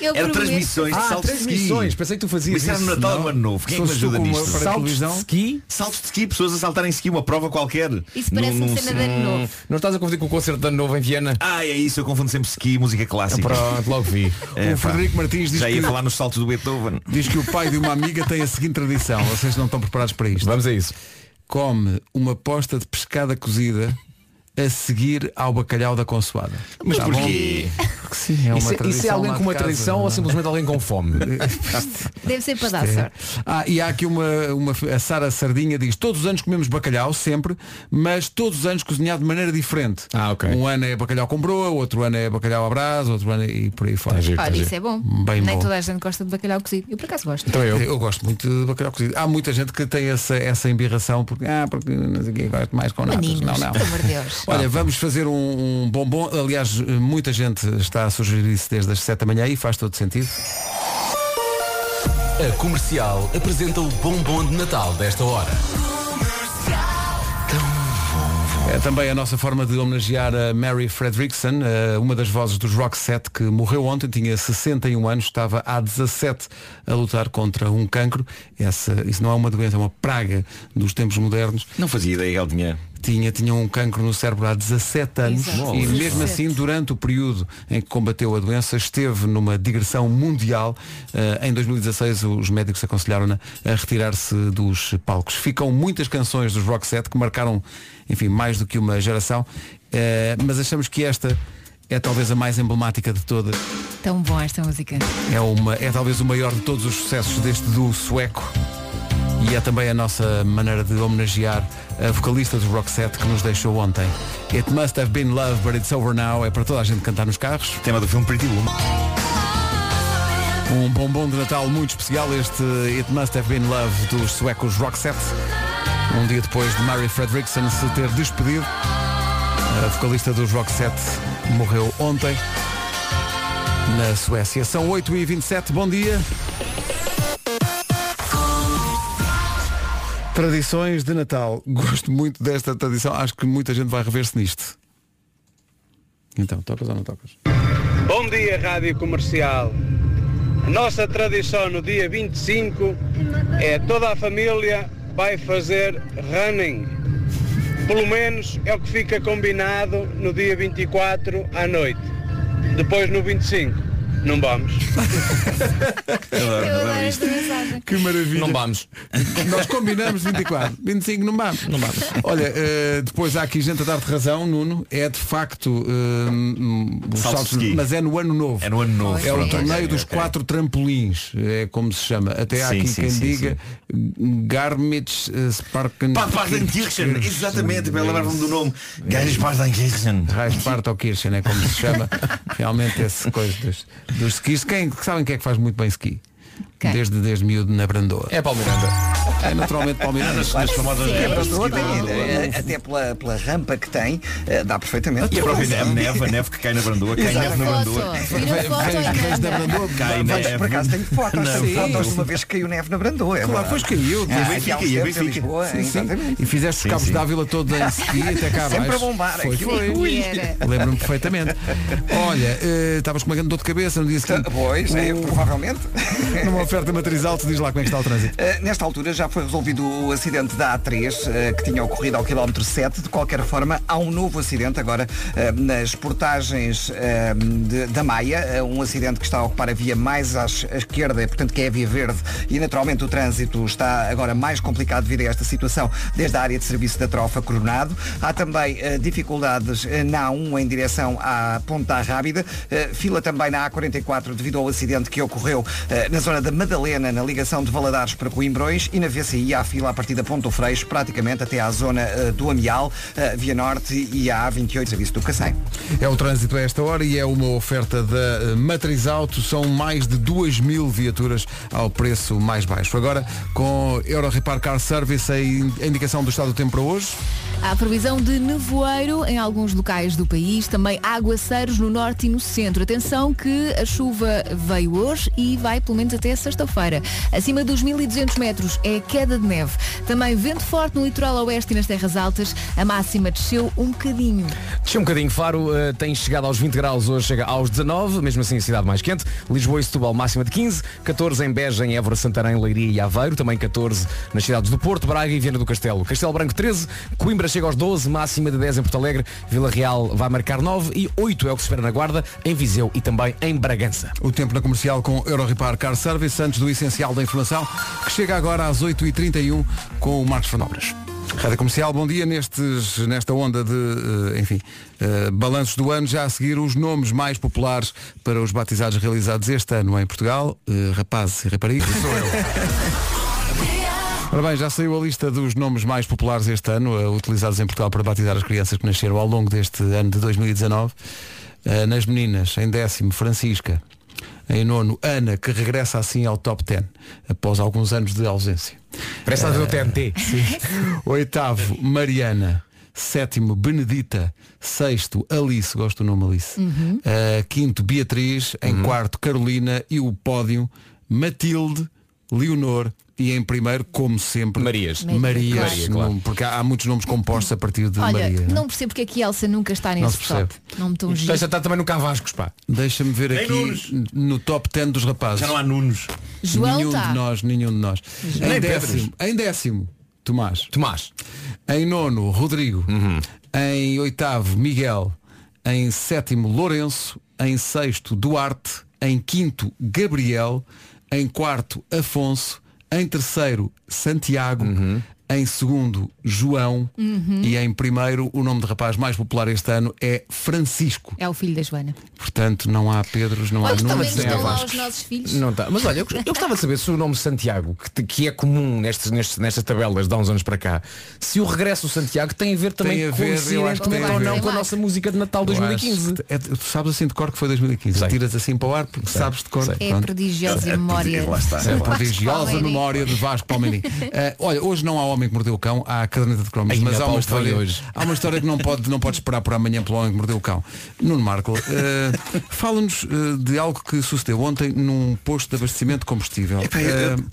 S3: Eu
S10: Eram
S3: prometo.
S10: transmissões de
S4: Ah,
S10: saltos de ski.
S4: transmissões. Pensei que tu fazias
S10: Mas era no
S4: isso. é
S10: Natal
S4: Não.
S10: ou no Ano Novo. Quem é que me
S1: Sou
S10: ajuda
S1: como
S10: nisto?
S1: para a
S4: Saltos de
S1: televisão?
S4: ski?
S10: Saltos de ski, pessoas a saltarem ski, uma prova qualquer.
S3: Isso parece
S10: Num-
S3: uma
S10: num-
S3: cena de ano novo.
S4: Não estás a confundir com o concerto de ano novo em Viena?
S10: Ah, é isso, eu confundo sempre ski e música clássica.
S4: É Pronto, logo vi.
S10: É,
S1: o
S10: pá.
S1: Frederico Martins diz
S10: Já ia
S1: que-
S10: falar nos saltos do Beethoven.
S1: Diz que o pai de uma amiga tem a seguinte tradição, vocês não estão preparados para isto.
S4: Vamos a isso.
S1: Come uma posta de pescada cozida a seguir ao bacalhau da consoada.
S10: Mas
S1: Tá bom?
S10: porquê?
S1: Porque sim, é uma
S4: isso, é-
S1: tradição.
S4: isso é alguém
S1: lá
S4: com
S1: de
S4: uma
S1: casa,
S4: tradição
S1: não
S4: ou
S1: é?
S4: simplesmente alguém com fome?
S3: Deve ser para dar sorte.
S1: Ah, e há aqui uma, uma a Sara Sardinha diz, todos os anos comemos bacalhau, sempre, mas todos os anos cozinhado de maneira diferente.
S4: Ah, ok.
S1: Um ano é bacalhau com broa, outro ano é bacalhau à brás, outro ano é- e por aí
S4: Tá
S1: fora.
S3: Olha, isso é bom.
S1: Bem
S3: Nem
S1: bom.
S3: toda a gente gosta de bacalhau cozido. Eu por acaso gosto.
S4: Então eu.
S1: Eu gosto muito de bacalhau cozido. Há muita gente que tem essa, essa embirração porque, ah, porque não sei o quê, gosto mais com natas.
S3: Meninos,
S1: Não, não.
S3: pelo amor de Deus.
S1: Olha, vamos fazer um, um bombom. Aliás, muita gente está a sugerir isso desde as 7 da manhã e faz todo sentido.
S7: A comercial apresenta o bombom de Natal desta hora.
S1: É também a nossa forma de homenagear a Mary Fredrickson, eh, uma das vozes dos Rock Set, que morreu ontem, tinha 61 anos, estava há 17 a lutar contra um cancro. Essa, isso não é uma doença, é uma praga dos tempos modernos.
S10: Não fazia ideia que ele tinha.
S1: Tinha, tinha um cancro no cérebro há 17 anos
S3: Exato.
S1: e mesmo
S3: 17.
S1: assim, durante o período em que combateu a doença, esteve numa digressão mundial. Eh, em 2016, os médicos aconselharam-na a retirar-se dos palcos. Ficam muitas canções dos Rock Set que marcaram, enfim, mais do que uma geração, eh, mas achamos que esta é talvez a mais emblemática de todas.
S3: Tão bom esta música.
S1: É, uma, é talvez o maior de todos os sucessos deste duo sueco. E é também a nossa maneira de homenagear a vocalista do Roxette que nos deixou ontem. It must have been love, but it's over now. É para toda a gente cantar nos carros.
S10: Tema do filme Pretty Woman.
S1: Um bombom de Natal muito especial, este It Must Have Been Love dos suecos Roxette. Um dia depois de Mary Fredrickson se ter despedido, a vocalista dos Roxette morreu ontem na Suécia. São 8h27, bom dia. Tradições de Natal. Gosto muito desta tradição, acho que muita gente vai rever-se nisto. Então, tocas ou não tocas?
S6: Bom dia, Rádio Comercial. A nossa tradição no dia 25 é toda a família vai fazer running. Pelo menos é o que fica combinado no dia 24 à noite. Depois no 25. Não vamos.
S3: Eu
S4: é
S3: adoro esta mensagem.
S1: Que maravilha.
S4: Não vamos.
S1: Nós combinamos 24, 25 não vamos. Não vamos. Olha, eh, depois há aqui gente a dar-te razão, Nuno. É de facto hum, hum,
S10: Salto de ski.
S1: mas é no ano novo.
S10: É no ano novo.
S1: É o
S10: pronto,
S1: torneio
S10: ok,
S1: dos
S10: ok.
S1: quatro trampolins, é como se chama. Até há
S10: Sim,
S1: aqui
S10: sim,
S1: quem
S10: sim,
S1: diga Garmitz eh, Sparken.
S10: Pá, Partenkirchen, exatamente, para lembrar-me do nome. Gajos Partenkirchen.
S1: Raisparto ou Kirchen, é como se chama realmente essa coisa dos, dos skis. Quem sabem quem é que faz muito bem ski?
S3: Quem?
S1: Desde, desde miúdo na Brandoa.
S4: É Paulo Miranda.
S1: É naturalmente Paulo Miranda.
S2: Claro que sim.
S1: É,
S2: É para
S1: Brandoa,
S2: toda, eh, Até pela, pela rampa que tem, eh, dá perfeitamente.
S10: E a própria
S2: Sim.
S10: neve, neve, a neve que cai na brandoa, cai
S2: Exato.
S10: neve na brandoa.
S3: Tira foto
S1: Vejo-
S3: e
S1: vejo da
S3: manda.
S1: Brandoa.
S10: Cai
S2: Mas
S10: neve.
S2: por acaso tenho fotos,
S10: Não,
S2: tenho
S10: sim.
S2: fotos de uma vez que caiu neve na Brandoa. É
S1: Claro,
S2: verdade.
S1: pois caiu.
S2: Ah,
S10: Benfica,
S2: aqui há uns
S10: e a
S2: tempos em
S10: Benfica.
S2: Lisboa,
S1: Sim, sim.
S2: exatamente.
S1: E fizeste os cabos
S10: sim.
S1: da Vila toda em ski até cá
S2: Sempre
S1: abaixo.
S2: a bombar,
S1: Foi,
S2: aquilo.
S1: foi.
S3: Ui, era.
S1: Lembro-me perfeitamente. Olha, eh, estavas com uma grande dor de cabeça no dia seguinte.
S2: Pois, é, provavelmente.
S1: Numa oferta matriz alto, diz lá como é que está o trânsito.
S2: Uh, nesta altura já foi resolvido o acidente da A3 uh, que tinha ocorrido ao quilómetro 7. De qualquer forma, há um novo acidente agora uh, nas portagens uh, de- da Maia. Uh, um acidente que está a ocupar a via mais à es- à esquerda, portanto que é a via verde. E naturalmente o trânsito está agora mais complicado devido a esta situação desde a área de serviço da Trofa Coronado. Há também uh, dificuldades uh, na A1 em direção à Ponta Rábida. Uh, fila também na A44 devido ao acidente que ocorreu eh, na zona da Madalena, na ligação de Valadares para Coimbrões e na VCI há fila a partir da Ponto Freixo, praticamente até à zona eh, do Amial, eh, Via Norte e a A28, serviço do Cacém.
S1: É o trânsito a esta hora e é uma oferta da eh, Matriz Auto. São mais de 2 mil viaturas ao preço mais baixo. Agora, com Euro Repar Car Service, a in- a indicação do estado do tempo para hoje.
S3: Há previsão de nevoeiro em alguns locais do país, também aguaceiros no norte e no centro. Atenção que a chuva veio hoje e vai pelo menos até sexta-feira. Acima dos 1.200 metros é queda de neve. Também vento forte no litoral oeste e nas terras altas. A máxima desceu um bocadinho.
S4: Deixa um bocadinho Faro, eh, tem chegado aos 20 graus, hoje chega aos 19, mesmo assim a cidade mais quente. Lisboa e Setúbal máxima de 15, 14 em Beja, em Évora, Santarém, Leiria e Aveiro, também 14 nas cidades do Porto, Braga e Viana do Castelo. Castelo Branco 13, Coimbra chega aos 12, máxima de 10 em Porto Alegre, Vila Real vai marcar 9 e 8 é o que se espera na Guarda, em Viseu e também em Bragança.
S1: O tempo na comercial com Euro Repar Car Service, antes do essencial da informação, que chega agora às 8h31 com o Marcos Fernobras. Rádio Comercial, bom dia. Nestes, nesta onda de, eh, enfim, eh, balanços do ano, já a seguir os nomes mais populares para os batizados realizados este ano em Portugal. Eh, rapazes e raparigas, sou eu. Ora bem, já saiu a lista dos nomes mais populares este ano, eh, utilizados em Portugal para batizar as crianças que nasceram ao longo deste ano de 2019. Eh, nas meninas, em décimo, Francisca. Em nono, Ana, que regressa assim ao top 10, após alguns anos de ausência.
S4: Parece a do TNT.
S1: Oitavo, Mariana. Sétimo, Benedita. Sexto, Alice. Gosto do nome Alice.
S3: Uhum.
S1: Uh, quinto, Beatriz. Em quarto, Carolina. E o pódio, Matilde, Leonor. E em primeiro, como sempre,
S4: Marias.
S1: Marias.
S3: Maria,
S4: claro.
S1: Não, porque há, há muitos nomes compostos a partir de
S3: Olha,
S1: Maria.
S3: não percebo porque é que Elsa nunca está
S1: Não se
S3: nesse top. Não me tão giro.
S4: Deixa estar também no Cavascos, pá.
S1: Deixa-me ver
S10: Nem
S1: aqui
S10: Nunes.
S1: no top 10 dos rapazes.
S10: Já não há Nunos.
S3: João tá.
S1: nenhum
S3: está.
S1: de nós, nenhum de nós. Em
S4: Nem
S1: décimo, em décimo, Tomás.
S4: Tomás.
S1: Em nono, Rodrigo. Em oitavo, Miguel. Em sétimo, Lourenço. Em sexto, Duarte. Em quinto, Gabriel. Em quarto, Afonso. Em terceiro, Santiago. Em segundo, João.
S3: Uhum.
S1: E em primeiro, o nome de rapaz mais popular este ano é Francisco.
S3: É o filho da Joana.
S1: Portanto, não há Pedros, não há
S3: Olha, também
S1: Nunes, nem há
S3: estão lá
S1: Vasco.
S3: os nossos filhos.
S4: Não tá. Mas olha, eu, eu gostava de saber se o nome Santiago, que, te- que é comum nestes, nestes, nestas tabelas de há uns anos para cá, se o regresso do Santiago tem a ver também
S1: a ver, eu acho
S4: coincidentemente
S1: que tem a
S4: ou
S1: ver.
S4: não com a nossa música de Natal
S1: Eu acho
S4: 2015.
S1: que é- tu sabes assim de cor que foi 2015.
S4: Sei.
S1: Tiras assim para o ar porque sabes de cor.
S3: É
S1: Pronto.
S3: prodigiosa memória.
S10: Lá está.
S1: A
S3: Vasco
S1: prodigiosa
S3: Palmeirim.
S1: memória de Vasco Palmeirim. Eh, olha, hoje não há homem que mordeu o cão, há a caderneta de cromos,
S4: Ainda
S1: mas há
S4: pá,
S1: uma,
S4: o
S1: história,
S4: foi hoje.
S1: há uma história que não pode, não pode esperar por amanhã pelo homem que mordeu o cão. Nuno Marco, eh, fala-nos eh, de algo que sucedeu ontem num posto de abastecimento de combustível.
S10: Epá,
S1: Eh,
S10: eu-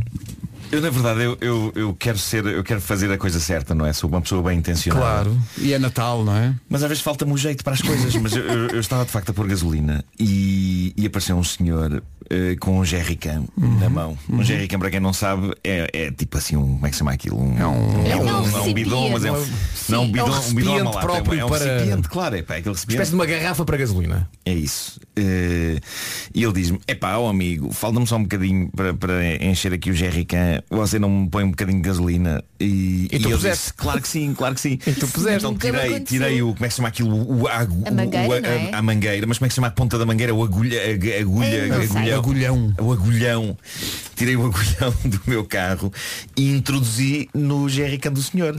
S10: Eu na verdade eu, eu, eu quero ser, eu quero fazer a coisa certa, não é? Sou uma pessoa bem intencionada.
S1: claro, e é Natal, não é?
S10: Mas às vezes falta-me o jeito para as coisas. Mas eu, eu- eu estava de facto a pôr gasolina e, e apareceu um senhor eh, com um jerrycan na mão. Um jerrycan, para quem não sabe, é, é tipo assim um. Como é que se chama aquilo? Um, é um,
S3: É um
S10: não um bidon, mas é um,
S3: recipiente.
S10: não, um
S3: Sim,
S10: bidon,
S4: é um
S10: um bidon
S4: recipiente
S10: malato,
S4: próprio
S10: é um
S4: para-
S10: recipiente, claro, é pá, aquele
S4: Espécie
S10: recipiente.
S4: de uma garrafa para gasolina.
S10: É isso. Eh, E ele diz-me, epá, ó amigo, falta-me só um bocadinho para, para encher aqui o jerrycan. Você não me põe um bocadinho de gasolina? E,
S4: E tu
S10: ele
S4: puseste?
S10: disse, claro que sim, claro que sim. E
S3: tu puseste?
S10: Então
S3: Nunca me
S10: tirei,
S3: aconteceu.
S10: tirei o, como é que se chama aquilo? O água.
S3: A mangueira, não é?
S10: a, a mangueira, mas como é que se chama a ponta da mangueira? O agulha, ag-
S3: Ei, não
S10: agulha,
S3: sei.
S10: agulhão.
S1: Agulhão.
S10: O agulhão. Tirei o agulhão do meu carro e introduzi no jerrycan do senhor.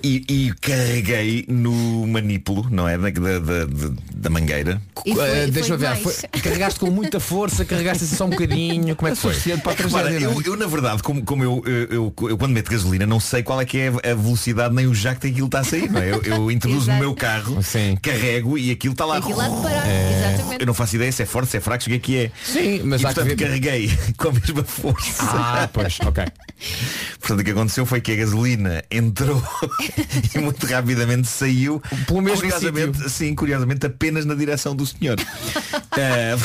S10: E, e carreguei no manipulo, não é? Da, da- da- de- da mangueira.
S4: E foi- Eh, deixa-me foi ver, mais. foi- carregaste com muita força, carregaste assim só um bocadinho, como é que foi? Suficiente para a
S10: Ora,
S4: tragédia,
S10: eu,
S4: não é?
S10: eu, na verdade, como, como eu, eu, eu- eu quando meto gasolina, não sei qual é que é a velocidade nem o jato que aquilo está a sair. Não é? eu, eu introduzo no
S3: Exato.
S10: meu carro, carrego e aquilo está lá.
S3: Aquilo há de parar,
S10: É.
S3: exatamente.
S10: Eu não faço ideia se é forte, se é fraco, se o que é que é.
S4: Sim, mas
S10: e,
S4: há que
S10: portanto,
S4: ver-
S10: carreguei com a mesma força.
S4: Ah, pois, ok.
S10: Portanto, o que aconteceu foi que a gasolina entrou e muito rapidamente saiu.
S4: Pelo mesmo
S10: curiosamente, sim, curiosamente, apenas na direção do senhor. Ah,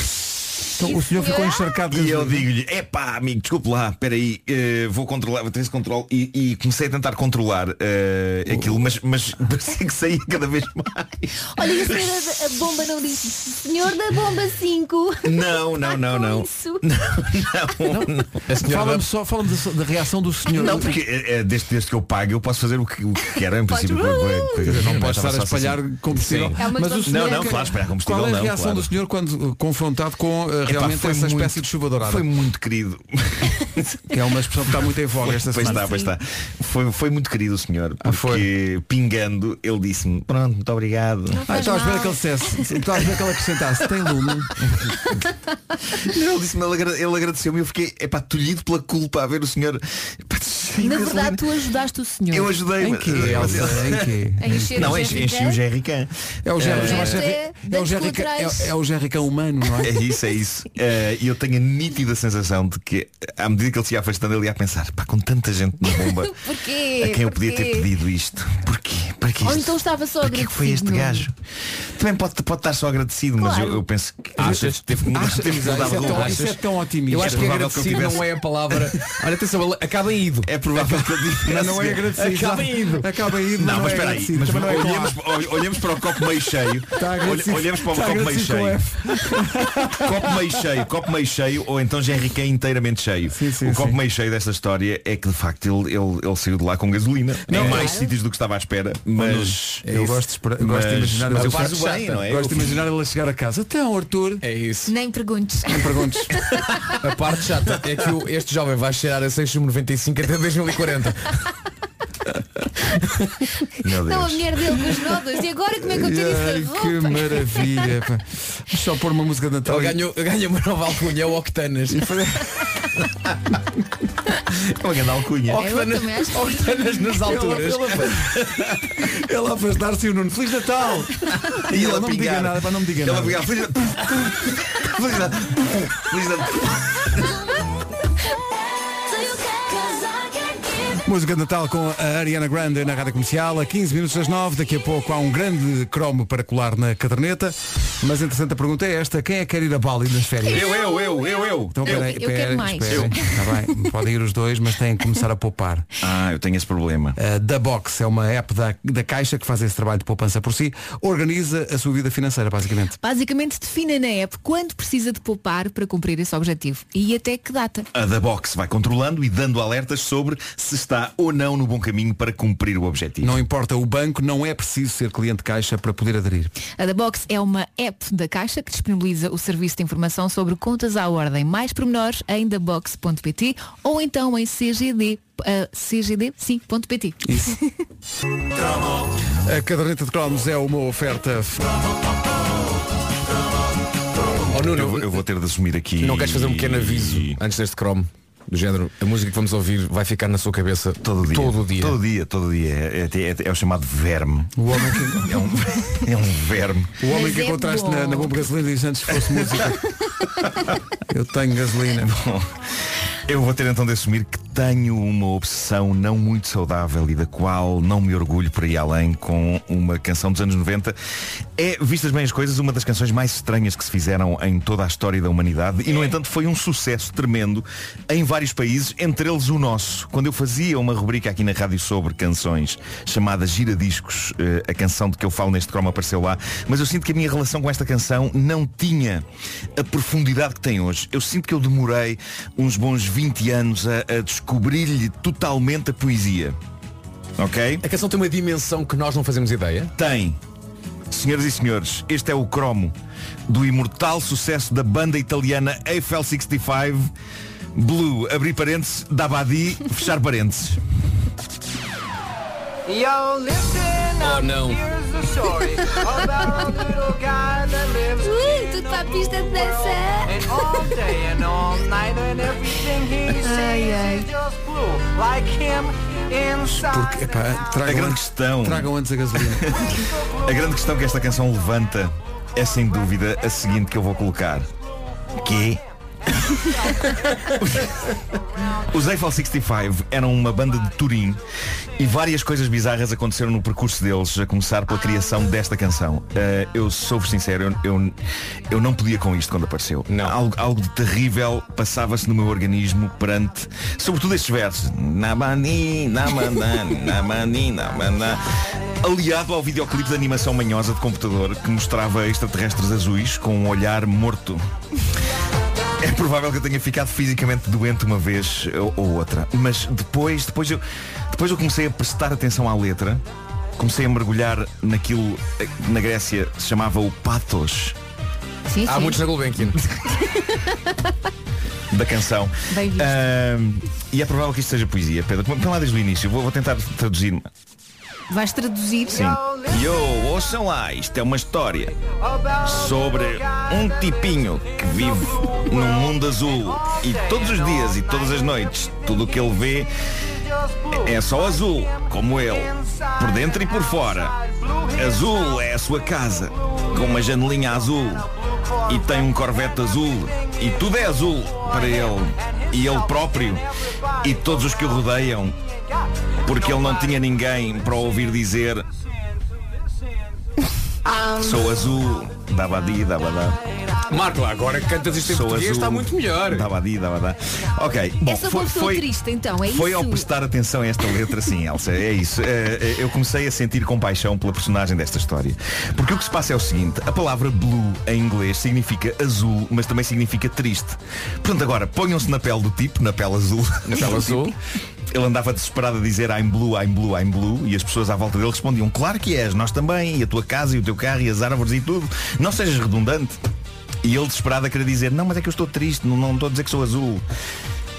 S1: Então, o senhor ficou encharcado de
S10: e eu
S1: gasolina.
S10: digo-lhe, epá, amigo, desculpe lá, peraí, eh, vou controlar, vou ter esse controle. E, e comecei a tentar controlar eh, aquilo, mas, mas parecia que saía cada vez mais.
S9: Olha, e a senhora da a bomba não disse Senhor da bomba 5
S10: Não, não, não, não.
S9: Isso
S4: A senhora
S1: Fala-me só, fala-me da, da reação do senhor.
S10: Não, porque eh, eh, desde, desde que eu pago eu posso fazer o que, o que quero, em princípio. com a- com a- com a-
S1: Quer dizer, não
S10: eu
S1: pode
S10: estava
S1: estar a
S10: só assim.
S1: espalhar combustível.
S10: Sim.
S9: É uma
S1: Mas o senhor
S10: Não, não,
S1: que-
S10: claro, espalhar combustível
S1: Qual é a
S10: não,
S1: reação
S10: claro.
S1: do senhor quando uh, confrontado com uh,
S10: Epá,
S1: realmente
S10: foi
S1: essa
S10: muito-
S1: espécie de chuva dourada?
S10: Foi muito querido.
S1: Que é uma expressão que está muito em voga esta
S10: pois
S1: semana.
S10: está, pois está. Foi, foi muito querido o senhor.
S1: Ah, foi.
S10: Porque pingando, ele disse-me, pronto, muito obrigado.
S1: Ah, estava à espera que ele dissesse, estava à espera que ele acrescentasse, tem lume.
S10: Ele disse-me, ele, agra- ele agradeceu-me e eu fiquei, epá, tolhido pela culpa a ver o senhor. Epá, sem
S3: Na
S10: gasolina.
S3: verdade, tu ajudaste o senhor.
S10: eu ajudei
S1: Em
S10: mas-
S1: quê,
S10: mas ele-
S1: Elsa? Em quê?
S9: A encher
S10: Não, é
S9: o
S10: enchi,
S9: jerrycan.
S10: enchi o Jerrycan.
S1: É o Jerry-
S9: Esta
S1: é o Jerry-
S9: é
S1: é o
S9: das
S1: Jerry-
S9: culturais.
S1: é- é o Jerricão humano, não
S10: É
S1: é?
S10: isso, é isso. Eh, E eu tenho a nítida sensação de que, à medida que ele se ia afastando, ele ia a pensar, pá, com tanta gente na bomba,
S9: Porquê?
S10: a quem eu podia
S9: Porquê?
S10: ter pedido isto? Porquê? Para que
S3: Ou
S10: isto?
S3: então estava só
S10: Para que é que foi este
S3: agradecido,
S10: gajo? Também pode, pode estar só agradecido, mas eu, eu penso que
S4: Achas?
S10: teve que mudar,
S4: Achas?
S10: teve que mudar de
S4: Isso é
S10: roupa.
S4: tão-
S1: Isso é tão
S4: Eu
S1: otimista.
S4: acho
S10: provável
S4: que
S10: que eu
S4: agradecido
S10: tivesse-
S4: não é a palavla. Olha, atenção, ele acaba em ido.
S10: É provável que ele diga.
S1: Não é agradecido.
S4: Acaba ido.
S1: Acaba ido.
S10: Não,
S1: é
S10: mas espera aí,
S1: agradecido,
S10: mas
S1: também não é claro. Tá
S10: olhamos, olh- olhamos para o copo meio cheio.
S1: Está
S10: Olh-
S1: agradecido.
S10: Olhamos para o
S1: Está
S10: copo meio
S1: agradecido com
S10: cheio.
S1: F.
S10: Copo meio cheio, copo meio cheio, ou então Jerrycan inteiramente cheio.
S1: Sim, sim,
S10: o copo
S1: sim.
S10: meio cheio desta história é que de facto ele, ele, ele saiu de lá com gasolina. em mais sítios do que estava à espera. Mas
S1: Eu gosto de, esperar, É eu
S10: Mas-
S1: gosto de imaginar
S10: mas
S1: ele
S10: eu faço
S1: chegar-
S10: bem, não é?
S1: Gosto de
S10: Eu-
S1: imaginar ele a chegar a casa. Então, Arthur,
S4: É isso.
S9: Nem perguntes
S1: me perguntes.
S4: A parte chata é que o- este jovem vai cheirar a 695 até 2040.
S10: meu
S9: Não, a
S10: Deus.
S9: mulher dele com as notas E agora como é que eu tiro
S1: Ai,
S9: isso da
S1: que
S9: roupa?
S1: maravilha. pá. Vamos só pôr uma música de Natal.
S4: Ele
S1: e-
S4: ganhou, ganhou uma nova alcunha, o Octanas.
S10: É uma grande alcunha.
S9: Eu também acho
S4: Octanas,
S3: é
S9: que
S4: Octanas nas alturas.
S1: Ele a afastar-se e o Nuno. Feliz Natal! E ele,
S10: a
S1: não me diga
S10: pingar.
S1: nada, pá, não me diga
S10: Ele a
S1: nada.
S10: pegar feliz Feliz Natal. Feliz Natal.
S1: Música de Natal com a Ariana Grande na Rádio Comercial, a 15 minutos das 9, daqui a pouco há um grande cromo para colar na caderneta. Mas interessante a pergunta é esta, quem é que quer ir a Bali nas férias?
S10: Eu, eu, eu, eu, eu.
S1: Então,
S9: Eu-
S1: peraí,
S9: eu quero
S1: peraí,
S9: mais.
S1: esperem. Tá bem, podem ir os dois, mas têm que começar a poupar.
S10: Ah, eu tenho esse problema.
S1: A Da Box é uma app da, da Caixa que faz esse trabalho de poupança por si, organiza a sua vida financeira, basicamente.
S3: Basicamente, defina na app quanto precisa de poupar para cumprir esse objetivo. E até que data.
S10: A da Box vai controlando e dando alertas sobre se está ou não no bom caminho para cumprir o objetivo.
S1: Não importa o banco, não é preciso ser cliente Caixa para poder aderir.
S3: A da Box é uma app da Caixa que disponibiliza o serviço de informação sobre contas à ordem. Mais pormenores em dabox.pt ou então em cgd. ah, cgd? Sim, ponto .pt.
S1: Isso. a caderneta de cromos é uma oferta
S4: Oh, Nuno,
S10: Eu, vou- eu vou ter de assumir aqui.
S4: não queres fazer um pequeno aviso antes deste Chrome? Do género, a música que vamos ouvir vai ficar na sua cabeça
S10: Todo dia.
S4: Todo o dia.
S10: Todo dia, todo dia. É, é- é- é o chamado verme.
S1: O homem que,
S10: É um, é um verme.
S1: o homem
S9: Mas
S1: que
S9: é
S1: encontraste
S9: bom.
S1: na, na bomba de gasolina diz antes que fosse música. Eu tenho gasolina.
S10: Bom, eu vou ter então de assumir que tenho uma obsessão não muito saudável e da qual não me orgulho por aí além com uma canção dos anos 90. É, vistas bem as coisas, uma das canções mais estranhas que se fizeram em toda a história da humanidade
S4: É.
S10: e, no entanto, foi um sucesso tremendo em vários países, entre eles o nosso. Quando eu fazia uma rubrica aqui na rádio sobre canções chamada Giradiscos, eh, a canção de que eu falo neste croma apareceu lá, mas eu sinto que a minha relação com esta canção não tinha a profundidade que tem hoje. Eu sinto que eu demorei uns bons 20 anos a, a descobrir-lhe totalmente a poesia. Ok?
S4: A canção tem uma dimensão que nós não fazemos ideia.
S10: Tem. Senhoras e senhores, este é o cromo do imortal sucesso da banda italiana Eiffel 65, Blue, abrir parênteses, Dabadi, fechar parênteses.
S4: Oh não.
S11: story about a little guy that lives
S9: Ui, tudo
S3: tá
S9: para a pista de
S11: and all
S9: dança.
S11: day and all night and everything he
S9: Ai, ai.
S11: sees is just blue like him inside
S1: Porque, epá,
S9: Ah,
S1: tragam
S4: é
S10: grande
S1: antes-
S10: questão.
S1: Tragam antes a gasolina.
S10: A grande questão que esta canção levanta é sem dúvida a seguinte que eu vou colocar. Que é- Os Eiffel 65 eram uma banda de Turim e várias coisas bizarras aconteceram no percurso deles, a começar pela criação desta canção. Eh, eu sou-vos sincero, eu, eu, eu não podia com isto quando apareceu. Algo, algo de terrível passava-se no meu organismo perante, sobretudo estes versos. Namani, namandani, namani, namandani. Aliado ao videoclipe de animação manhosa de computador que mostrava extraterrestres azuis com um olhar morto. É provável que eu tenha ficado fisicamente doente uma vez ou, ou outra. Mas depois, depois eu, depois eu comecei a prestar atenção à letra. Comecei a mergulhar naquilo eh, que na Grécia se chamava o pathos
S3: Sim,
S4: Há
S3: sim.
S4: muitos na Gulbenkian.
S10: da canção.
S3: Bem visto.
S10: Ahm, e é provável que isto seja poesia, Pedro. Vamos lá desde o início. Vou, vou tentar traduzir-me.
S3: Vais traduzir?
S10: Sim. Yo, ouçam lá, isto é uma história sobre um tipinho que vive num mundo azul e todos os dias e todas as noites tudo o que ele vê é só azul, como ele, por dentro e por fora. Azul é a sua casa, com uma janelinha azul e tem um corvette azul e tudo é azul para ele e ele próprio e todos os que o rodeiam, porque ele não tinha ninguém para ouvir dizer Sou azul, dabadi, dabadá.
S4: Marco, agora que cantas isto em
S10: Sou
S4: português
S10: azul.
S4: está muito melhor.
S10: Dabadi, dabadá. Ok, bom,
S3: é só
S10: foi,
S3: uma pessoa
S10: foi-
S3: triste, então, é
S10: foi
S3: isso?
S10: ao prestar atenção a esta letra, sim, Elsa, é isso. Eh, eh, eu comecei a sentir compaixão pela personagem desta história. Porque o que se passa é o seguinte, a palavra blue em inglês significa azul, mas também significa triste. Portanto, agora, ponham-se na pele do tipo, na pele azul. Na
S4: pele azul.
S10: Ele andava desesperado a dizer I'm blue, I'm blue, I'm blue E as pessoas à volta dele respondiam Claro que és, nós também, e a tua casa, e o teu carro, e as árvores e tudo Não sejas redundante E ele desesperado a querer dizer Não, mas é que eu estou triste, não, não estou a dizer que sou azul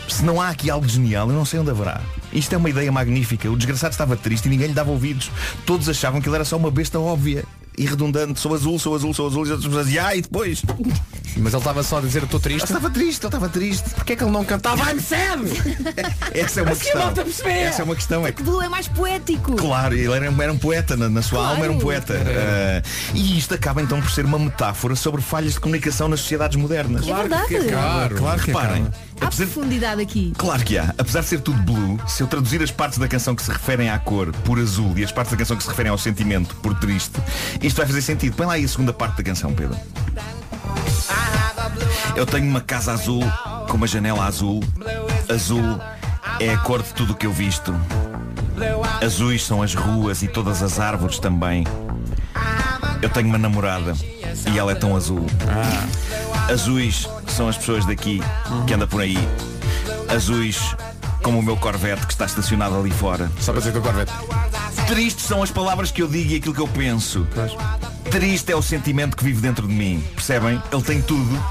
S10: Se não há aqui algo genial, eu não sei onde haverá Isto é uma ideia magnífica O desgraçado estava triste e ninguém lhe dava ouvidos Todos achavam que ele era só uma besta óbvia E redundante, sou azul, sou azul, sou azul E as outras pessoas, "Ya, e depois? Ele
S4: Mas ele estava só a dizer estou triste.
S10: estava triste, ele estava triste
S4: Porquê é que ele não cantava I'm sad?
S10: Essa é uma
S4: Assim a
S10: questão
S4: malta percebe.
S10: Essa é uma questão, é que
S3: Blue é mais poético.
S10: Claro, ele era, era um poeta, na, na sua
S3: Claro.
S10: alma era um poeta. Ah, e isto acaba então por ser uma metáfora sobre falhas de comunicação nas sociedades modernas.
S3: é verdade.
S4: Claro.
S1: Claro que é
S10: Reparem,
S1: calma.
S3: Há
S10: apesar-
S3: profundidade aqui.
S10: Claro que há. Apesar de ser tudo blue, se eu traduzir as partes da canção que se referem à cor por azul e as partes da canção que se referem ao sentimento por triste, isto vai fazer sentido. Põe lá aí a segunda parte da canção, Pedro. Eu tenho uma casa azul com uma janela azul. Azul é a cor de tudo o que eu visto. Azuis são as ruas e todas as árvores também. Eu tenho uma namorada e ela é tão azul. Azuis são as pessoas daqui que anda por aí. Azuis como o meu Corvette que está estacionado ali fora.
S4: Só para dizer que eu corvete.
S10: Tristes são as palavras que eu digo e aquilo que eu penso. Triste é o sentimento que vive dentro de mim. Percebem? Ele tem tudo,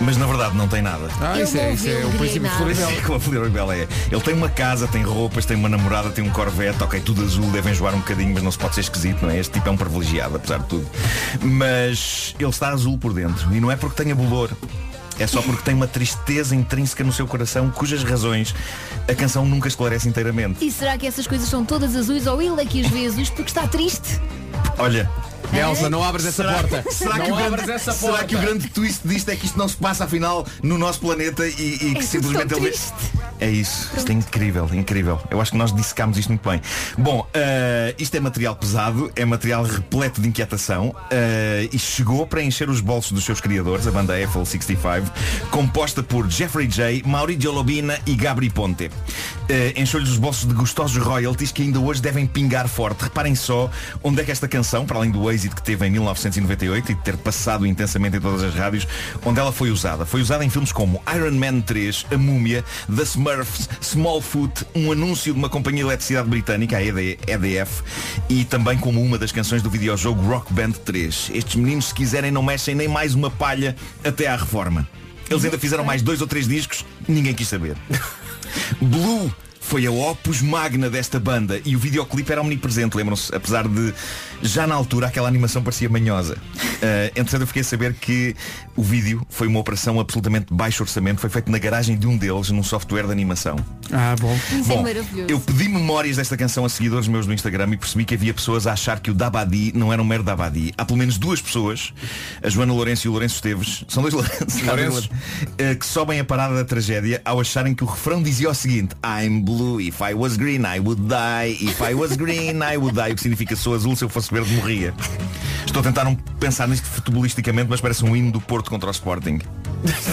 S10: mas na verdade não tem nada.
S1: Ah,
S3: Eu
S1: isso é,
S3: não
S1: isso
S3: vi
S1: é o
S3: alegria
S1: princípio de
S3: nada.
S1: Floribela.
S10: É como a Flor Bela é. Ele tem uma casa, tem roupas, tem uma namorada, tem um corvette, ok, tudo azul, deve enjoar um bocadinho, mas não se pode ser esquisito, não é? Este tipo é um privilegiado, apesar de tudo. Mas ele está azul por dentro e não é porque tenha bolor. É só porque tem uma tristeza intrínseca no seu coração, cujas razões a canção nunca esclarece inteiramente.
S3: E será que essas coisas são todas azuis ou ele é que as vê azuis porque está triste?
S10: Olha,
S4: Elsa, não abres essa porta.
S10: será, que
S4: não
S10: o
S4: abres
S10: grande,
S4: essa
S10: será
S4: porta.
S10: que o grande twist disto é que isto não se passa afinal no nosso planeta e, e que
S3: tudo
S10: simplesmente
S3: tão
S10: ele.
S3: triste.
S10: É isso, isto é incrível, incrível. Eu acho que nós dissecámos isto muito bem. Bom, eh, isto é material pesado, é material repleto de inquietação eh, e chegou para encher os bolsos dos seus criadores, a banda Eiffel 65, composta por Jeffrey J, Maurizio Lobina e Gabri Ponte. Eh, Encheu-lhes os bolsos de gostosos royalties que ainda hoje devem pingar forte. Reparem só onde é que esta canção, para além do êxito que teve em 1998 e de ter passado intensamente em todas as rádios, onde ela foi usada. Foi usada em filmes como Iron Man 3, A Múmia, The Smurfs, Smallfoot, um anúncio de uma companhia de eletricidade britânica, a ED, EDF, e também como uma das canções do videojogo Rock Band 3. Estes meninos, se quiserem, não mexem nem mais uma palha até à reforma. Eles ainda fizeram mais dois ou três discos, ninguém quis saber. Blue foi a opus magna desta banda e o videoclipe era omnipresente, lembram-se? Apesar de, já na altura, aquela animação parecia manhosa. Uh, entretanto, eu fiquei a saber que o vídeo foi uma operação absolutamente de baixo orçamento, foi feito na garagem de um deles, num software de animação.
S1: Ah, bom.
S3: é
S10: Bom, Eu pedi memórias desta canção a seguidores meus do Instagram e percebi que havia pessoas a achar que o Dabadi não era um mero Dabadi. Há pelo menos duas pessoas, a Joana Lourenço e o Lourenço Esteves, são dois Lourenços,
S12: Lourenços.
S10: eh, que sobem a parada da tragédia ao acharem que o refrão dizia o seguinte I'm blue, if I was green, I would die, if I was green, I would die, o que significa sou azul, se eu fosse verde morria. Estou a tentar não pensar nisto futebolisticamente, mas parece um hino do Porto contra o Sporting.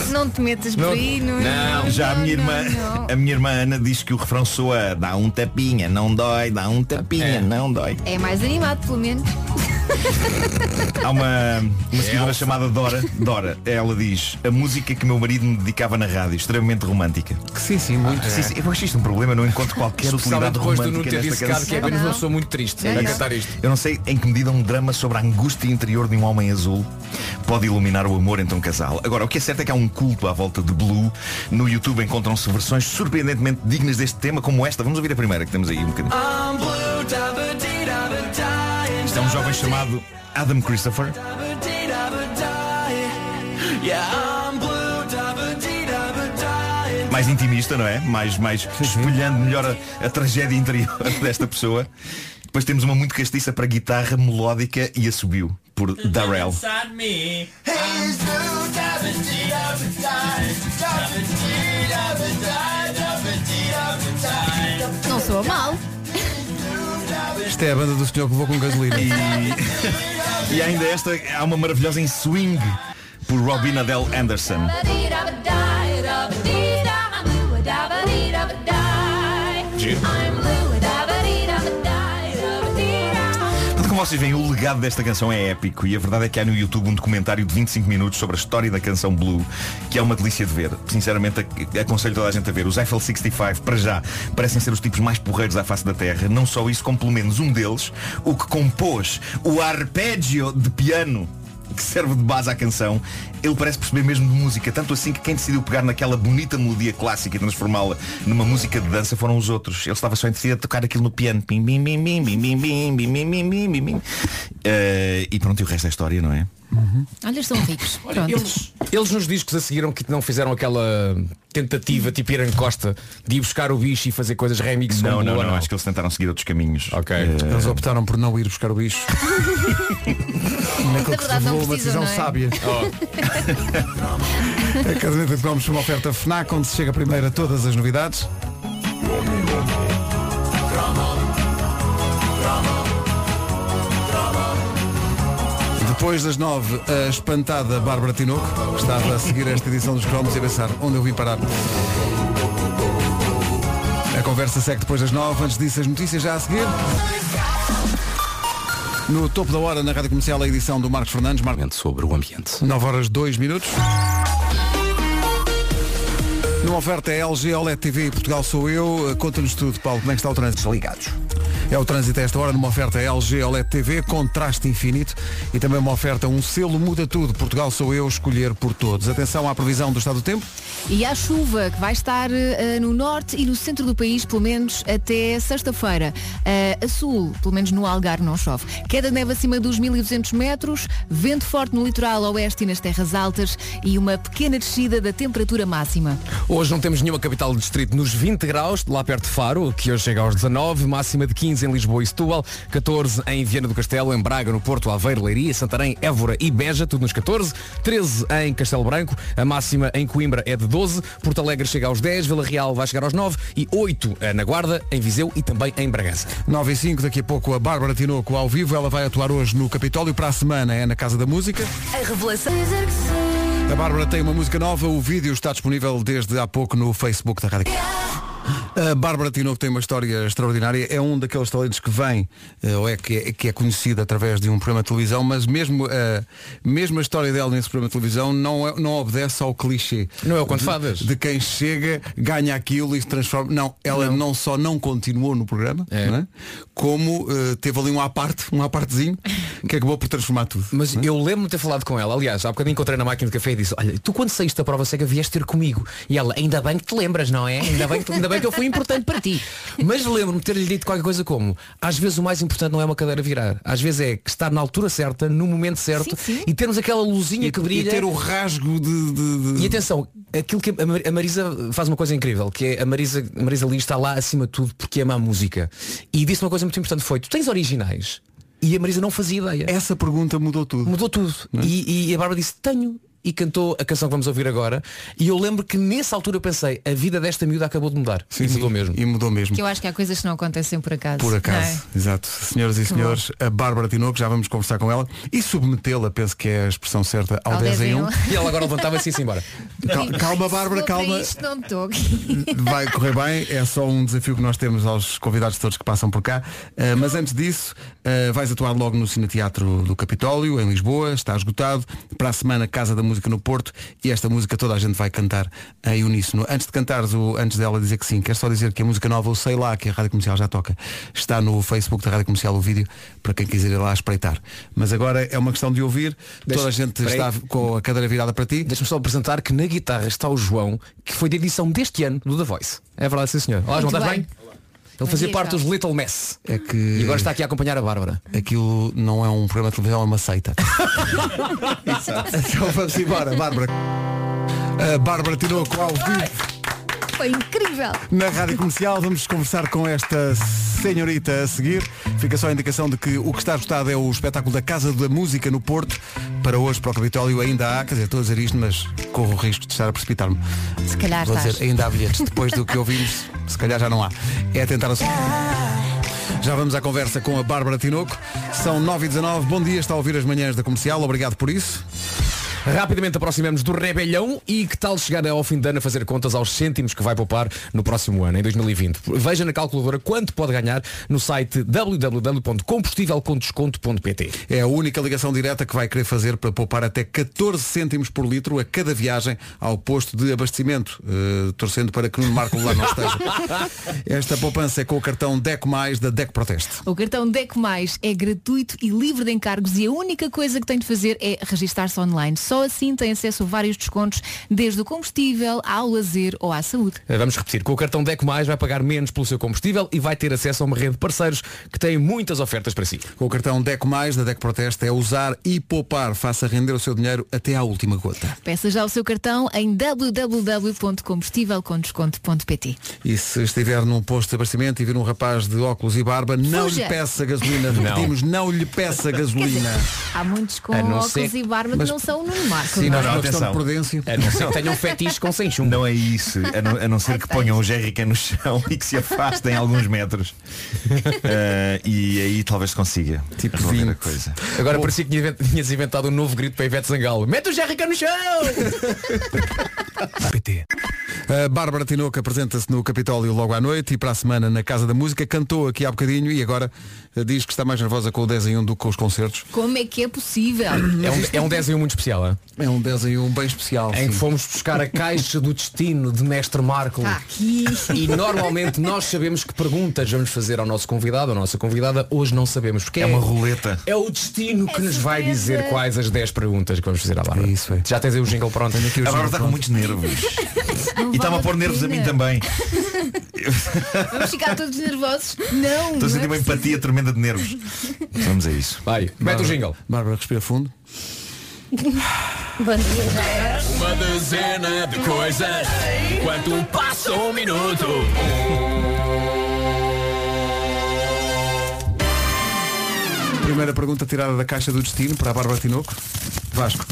S9: Não te metas por aí, não, não,
S10: já a minha
S9: não,
S10: irmã,
S9: não.
S10: a minha irmã Ana diz que o refrão soa dá um tapinha, não dói, dá um tapinha, não dói.
S9: É mais animado, pelo menos.
S10: Há uma,
S4: É
S10: uma senhora chamada Dora. Dora, ela diz, a música que meu marido me dedicava na rádio, extremamente romântica.
S1: Sim, sim, muito.
S10: Sim, sim, eu acho isto um problema, não encontro qualquer
S4: É. Especialmente
S10: utilidade
S4: depois do
S10: romântica
S4: Nuno
S10: nesta
S4: ter disse
S10: canção.
S4: que é apenas uma pessoa muito triste
S10: É
S4: a
S10: isso.
S4: cantar isto.
S10: Eu não sei em que medida um drama sobre a angústia interior de um homem azul pode iluminar o amor entre um casal. Agora, o que é certo é que há um culto à volta de Blue. No YouTube encontram-se versões surpreendentemente dignas deste tema, como esta. Vamos ouvir a primeira que temos aí um bocadinho. Isto é um jovem chamado Adam Christopher. Mais intimista, não é? Mais, mais espelhando melhor a, a tragédia interior desta pessoa. Depois temos uma muito castiça para guitarra melódica e assobio, por Darrell.
S9: Não soa mal.
S1: Isto é a banda do senhor que levou com gasolina.
S10: E, e ainda esta, há uma maravilhosa em swing, por Robin Adele Anderson. Giro. Portanto, como vocês veem, o legado desta canção é épico e a verdade é que há no YouTube um documentário de 25 minutos sobre a história da canção Blue, que é uma delícia de ver. Sinceramente, ac- aconselho toda a gente a ver. Os Eiffel 65, para já, parecem ser os tipos mais porreiros à face da Terra. Não só isso, como pelo menos um deles, o que compôs o arpeggio de piano que serve de base à canção, ele parece perceber mesmo de música, tanto assim que quem decidiu pegar naquela bonita melodia clássica e transformá-la numa música de dança foram os outros. Ele estava só decidido a tocar aquilo no piano. Bim, bim, bim, bim, bim, bim, bim, bim, bim, bim, bim, bim, bim. Eh, e pronto, e o resto é história, não é?
S3: Olha, estão ricos. Pronto.
S4: Eles, eles nos discos a seguiram que não fizeram aquela tentativa tipo Irã Costa de ir buscar o bicho e fazer coisas remix
S10: Não,
S4: com é?
S10: não,
S4: Blue,
S10: não,
S4: ou
S10: acho que eles tentaram seguir outros caminhos. Eh,
S4: Ok.
S1: Eles optaram por não ir buscar o bicho. Naquilo que se
S9: verdade, não
S1: revelou uma decisão
S9: precisam, não é?
S1: sábia. A Caderneta de Cromos foi uma oferta FNAC, onde se chega primeiro a todas as novidades. Depois das nove, a espantada Bárbara Tinoco que estava a seguir esta edição dos Cromos e a pensar onde eu vim parar. A conversa segue depois das nove, antes disso as notícias já a seguir. No topo da hora, na Rádio Comercial, a edição do Marcos Fernandes. Marcos.
S7: Sobre o ambiente.
S1: 9 horas 2 minutos. Numa oferta é LG OLED TV Portugal sou eu. Conta-nos tudo, Paulo, como é que está o trânsito?
S2: Desligados.
S1: É o trânsito a esta hora numa oferta é LG OLED TV, contraste infinito e também uma oferta um selo muda tudo. Portugal sou eu, escolher por todos. Atenção à previsão do estado do tempo.
S3: E à chuva, que vai estar eh, no norte e no centro do país, pelo menos até sexta-feira. Eh, a sul, pelo menos no Algarve, não chove. Queda de neve acima dos 1.200 metros, vento forte no litoral oeste e nas terras altas e uma pequena descida da temperatura máxima.
S4: Hoje não temos nenhuma capital de distrito nos 20 graus, lá perto de Faro, que hoje chega aos 19, máxima de 15 em Lisboa e Setúbal, 14 em Viana do Castelo, em Braga, no Porto, Aveiro, Leiria, Santarém, Évora e Beja, tudo nos 14, 13 em Castelo Branco, a máxima em Coimbra é de 12, Porto Alegre chega aos 10, Vila Real vai chegar aos 9 e 8 na Guarda, em Viseu e também em Bragança.
S1: 9 e 5, daqui a pouco a Bárbara Tinoco ao vivo. Ela vai atuar hoje no Capitólio. Para a semana é na Casa da Música.
S3: A revelação.
S1: A Bárbara tem uma música nova, o vídeo está disponível desde há pouco no Facebook da Rádio. A Bárbara Tinoco tem uma história extraordinária, é um daqueles talentos que vem, eh, ou é que, é que é conhecido através de um programa de televisão, mas mesmo, eh, mesmo a história dela nesse programa de televisão não, é- não obedece ao clichê.
S4: Não é o Conto
S1: de,
S4: Fadas.
S1: De quem chega, ganha aquilo e se transforma. Não, ela não, só não continuou no programa, não é? como eh, teve ali um à parte, um à partezinho, que acabou por transformar tudo.
S4: Mas eu lembro-me de ter falado com ela. Aliás, há bocadinho encontrei na máquina de café e disse, olha, tu quando saíste da prova seca vieste ter comigo. E ela, ainda bem que te lembras, não é? Ainda bem que, ainda bem que eu fui importante para ti. Mas lembro-me de ter-lhe dito qualquer coisa como às vezes o mais importante não é uma cadeira virada. Às vezes é que estar na altura certa, no momento certo e termos aquela luzinha que brilha.
S1: ter o rasgo de,
S4: E atenção, aquilo que a Mar- a Marisa faz uma coisa incrível, que é a Marisa, a Marisa Lee está lá acima de tudo porque ama a música. E disse uma coisa muito importante, foi tu tens originais? E a Marisa não fazia ideia.
S1: Essa pergunta mudou tudo.
S4: Mudou tudo. E, e a Bárbara disse, tenho. E cantou a canção que vamos ouvir agora. E eu lembro que nessa altura eu pensei, a vida desta miúda acabou de mudar. e mudou mesmo.
S1: E mudou mesmo.
S3: Que eu acho que há coisas que não acontecem por acaso.
S1: Por acaso,
S3: Não é?
S1: exato. Senhoras e
S3: Que
S1: senhores, a Bárbara Tinoco, já vamos conversar com ela e submetê-la, penso que é a expressão certa, ao, 10 em 1.
S4: E ela agora levantava-se e ia embora.
S1: Cal- Calma, Bárbara,
S9: Vou para
S1: calma.
S9: Isto não estou.
S1: Vai correr bem, é só um desafio que nós temos aos convidados todos que passam por cá. Uh, mas antes disso, uh, vais atuar logo no Cine Teatro do Capitólio, em Lisboa, está esgotado. Para a semana, Casa da Música no Porto. E esta música toda a gente vai cantar em uníssono. Antes de cantares, o, antes dela dizer que sim, quero só dizer que a música nova, o Sei Lá, que a Rádio Comercial já toca, está no Facebook da Rádio Comercial o vídeo, para quem quiser ir lá espreitar. Mas agora é uma questão de ouvir.
S4: Deixa-
S1: toda a gente
S4: Espera aí.
S1: está com a cadeira virada para ti.
S4: Deixa-me só apresentar que na guitarra está o João, que foi da edição deste ano do The Voice. É verdade, sim senhor. Olá, João,
S1: Muito
S4: estás
S1: bem.
S4: bem? Ele fazia
S1: dia,
S4: parte
S1: João.
S4: dos Little Mess.
S1: É que...
S4: E agora está aqui a acompanhar a Bárbara.
S1: Aquilo não é um programa de televisão, é uma seita. então vamos embora, Bárbara. A Bárbara Tinoco ao vivo
S9: Foi incrível.
S1: na Rádio Comercial. Vamos conversar com esta senhorita a seguir. Fica só a indicação de que o que está esgotado é o espetáculo da Casa da Música no Porto. Para hoje, para o Capitólio, ainda há, quer dizer, estou a dizer isto, mas corro o risco de estar a precipitar-me.
S3: Se calhar
S1: Vou
S3: estás.
S1: dizer, ainda há bilhetes. Depois do que ouvimos, se calhar já não há. É tentar assu- Já vamos à conversa com a Bárbara Tinoco. São 9h19. Bom dia, está a ouvir as manhãs da comercial. Obrigado por isso.
S4: Rapidamente aproximamos do rebelhão e que tal chegar ao fim de ano a fazer contas aos cêntimos que vai poupar no próximo ano, em 2020. Veja na calculadora quanto pode ganhar no site www.combustívelcomdesconto.pt.
S1: É a única ligação direta que vai querer fazer para poupar até 14 cêntimos por litro a cada viagem ao posto de abastecimento, eh, torcendo para que Nuno Marco lá não esteja. Esta poupança é com o cartão DECO Mais da DECO Proteste.
S3: O cartão DECO Mais é gratuito e livre de encargos e a única coisa que tem de fazer é registar-se online. Só assim tem acesso a vários descontos, desde o combustível ao lazer ou à saúde.
S4: Eh, Vamos repetir, com o cartão Deco Mais vai pagar menos pelo seu combustível e vai ter acesso a uma rede de parceiros que tem muitas ofertas para si.
S1: Com o cartão DECO Mais da DECO Proteste é usar e poupar, faça render o seu dinheiro até à última gota.
S3: Peça já o seu cartão em www.combustívelcomdesconto.pt
S1: E se estiver num posto de abastecimento e vir um rapaz de óculos e barba, não
S3: Fuja.
S1: lhe peça gasolina.
S4: Não.
S1: Repetimos, não lhe peça gasolina.
S3: Há muitos com
S1: A não
S3: óculos
S1: ser-
S3: e barba
S1: Mas-
S3: que não são o Nuno Marco.
S1: Sim,
S3: não é?
S1: não, não, questão de prudência.
S4: A não ser que tenham fetiche com sem chumbo.
S10: Não é isso. A não, a não ser que ponham o jerrycan no chão e que se afastem alguns metros. Ah, e aí talvez se consiga. Tipo a coisa.
S4: Agora parecia que tinha- tinhas inventado um novo grito para Ivete Sangalo. Mete o Jerrican no chão!
S1: A Bárbara Tinoco apresenta-se no Capitólio logo à noite e para a semana na Casa da Música. Cantou aqui há bocadinho e agora eh, diz que está mais nervosa com o 10 em 1 do que com os concertos.
S3: Como é que é possível?
S4: É um, é um 10 em 1 muito especial, é?
S1: É um 10 em 1 bem especial.
S4: Em que fomos buscar a caixa do destino de Mestre Marco.
S3: Tá Aqui.
S4: E normalmente nós sabemos que perguntas vamos fazer ao nosso convidado, à nossa convidada. Hoje não sabemos porque
S10: É uma roleta.
S4: É o destino que nos vai dizer quais as 10 perguntas que vamos fazer à
S10: É
S4: Bárbara.
S1: isso,
S4: Já tens aí o jingle pronto?
S10: A Bárbara está com muitos nervos.
S3: Não
S10: E está-me a
S3: vale
S10: pôr nervos a mim
S3: pena.
S10: também.
S3: Vamos ficar todos nervosos?
S10: Estou
S3: Não.
S10: a
S3: não
S10: sentir
S3: é
S10: uma empatia tremenda de nervos. Vamos a isso.
S4: Vai, mete
S1: Bárbara-
S4: o jingle.
S1: Bárbara, respira fundo.
S9: Bom dia.
S11: Uma dezena de coisas. Quanto passa um minuto?
S1: Primeira pergunta tirada da Caixa do Destino para a Bárbara Tinoco. Vasco.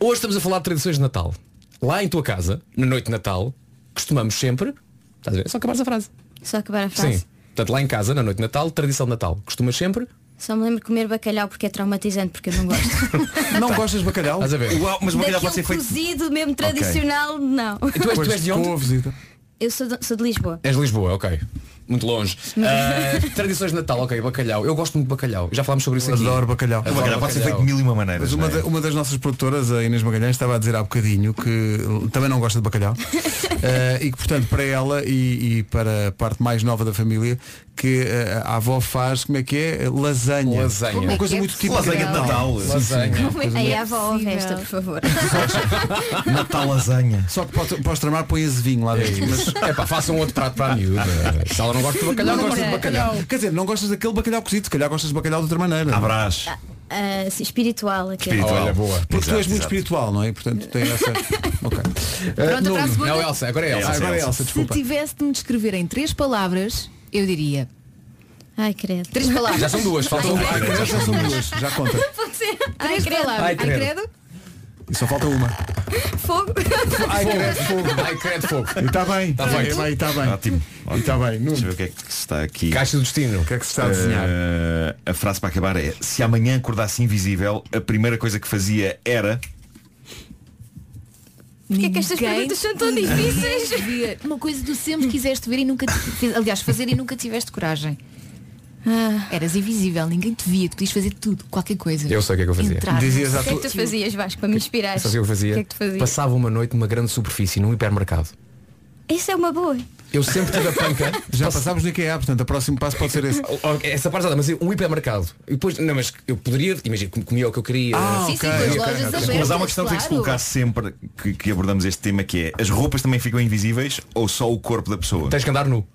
S4: Hoje estamos a falar de tradições de Natal. Lá em tua casa, na noite de Natal, costumamos sempre. Estás a ver? É Só acabares a frase.
S9: Só acabar a
S4: Sim.
S9: frase.
S4: Portanto, lá em casa, na noite de Natal, tradição de Natal. Costumas sempre.
S9: Só me lembro de comer bacalhau porque é traumatizante, porque eu não gosto.
S1: Não
S4: Tá.
S1: gostas de bacalhau?
S4: Estás a ver?
S10: Uau, mas o bacalhau pode ser
S3: um
S9: Daquele
S10: feito.
S9: um cozido mesmo tradicional, não.
S4: E tu és, tu és de onde?
S1: Couves e tal.
S9: Eu sou de, sou de Lisboa.
S4: És de Lisboa, ok. Muito longe. Ah, tradições de Natal, ok, bacalhau. Eu gosto muito de bacalhau. Já falámos sobre isso aqui.
S1: Adoro bacalhau.
S10: O bacalhau pode ser feito de
S4: bacalhau.
S10: mil e uma maneiras.
S1: Mas uma,
S10: não é?
S1: da- uma das nossas produtoras, a Inês Magalhães, estava a dizer há bocadinho que também não gosta de bacalhau Eh, e que, portanto, para ela e, e para a parte mais nova da família, que eh, a avó faz, como é que é? Lasanha.
S4: Lasanha.
S1: Uma coisa muito típica.
S10: Lasanha de Natal.
S1: é Sim, sim. Uma
S3: É.
S1: coisa
S9: Aí
S1: muito-
S9: a avó ouve esta, por favor.
S1: Natal lasanha. Só que pode, pode tramar, põe azevinho lá dentro. Mas...
S4: É pá, faça um outro prato para a miúda. Se ela não gosta de bacalhau,
S9: Não
S4: gosta de
S9: quer.
S4: bacalhau.
S1: Quer dizer, não gostas daquele bacalhau cozido, se calhar gostas de bacalhau de outra maneira.
S10: Abraço.
S3: Tá,
S9: Ah, sim, espiritual, aquele.
S4: Olha, boa.
S1: Porque tu
S10: Exato,
S1: és muito
S10: exato.
S1: espiritual, não é? E, Portanto, tem essa. ok.
S3: para a
S4: Ah, Nuno.
S3: segunda?
S4: Não, Elsa, agora é Elsa.
S1: Ah, agora é
S10: Elsa.
S1: Elsa,
S3: Se
S1: desculpa.
S3: tivesse de me descrever em três palavras, eu diria.
S9: Ai, credo.
S3: Três palavras.
S4: Já são duas, faltam
S1: São-
S4: uma.
S1: ai, mas Já são duas, já conta.
S9: Pode ser. Ai,
S3: Três
S9: credo.
S3: palavras.
S4: Ai,
S3: Ai,
S4: credo.
S3: credo.
S1: E só falta uma.
S9: Fogo.
S1: Ai, credo, fogo.
S4: Ai, credo fogo.
S1: E está bem, está
S4: bem.
S1: bem, está bem.
S10: Ótimo.
S1: E está bem. Nuno,
S10: Deixa eu ver o que é que se está aqui.
S4: Caixa do destino.
S1: o que é que se está a desenhar?
S10: Eh, a frase para acabar é Se amanhã acordasse invisível A primeira coisa que fazia era
S9: Porquê é que estas
S3: Ninguém
S9: perguntas são tão difíceis?
S3: devia- Uma coisa que tu sempre quiseste ver e nunca te- fiz- aliás, fazer e nunca tiveste coragem.
S9: Ah,
S3: Eras invisível, ninguém te via, tu podias fazer tudo, qualquer coisa.
S4: Eu sei o que é que eu fazia.
S3: Entrar.
S1: Dizias à
S9: o que é que
S1: tua.
S9: tu fazias, Vasco, para me inspirares?
S4: Sabe o que eu fazia?
S9: O que é que tu fazias?
S4: Passava uma noite numa grande superfície, num hipermercado.
S9: Isso é uma boa.
S4: Eu sempre tive a panca.
S1: Já passámos no IKEA, portanto, o próximo passo pode ser esse.
S10: Ah.
S4: Oh, ok, Essa parte nada, mas eu- um hipermercado. E depois, não, mas eu poderia, imagina, com- comia o que eu queria.
S1: Ah,
S3: Sim, sim,
S1: ok,
S3: com as
S1: ok,
S3: lojas
S1: ok.
S3: abertas.
S10: Mas há uma questão que tem que se
S3: claro.
S10: colocar sempre que, que abordamos este tema Que é As roupas também ficam invisíveis Ou só o corpo da pessoa
S4: Tens que andar nu.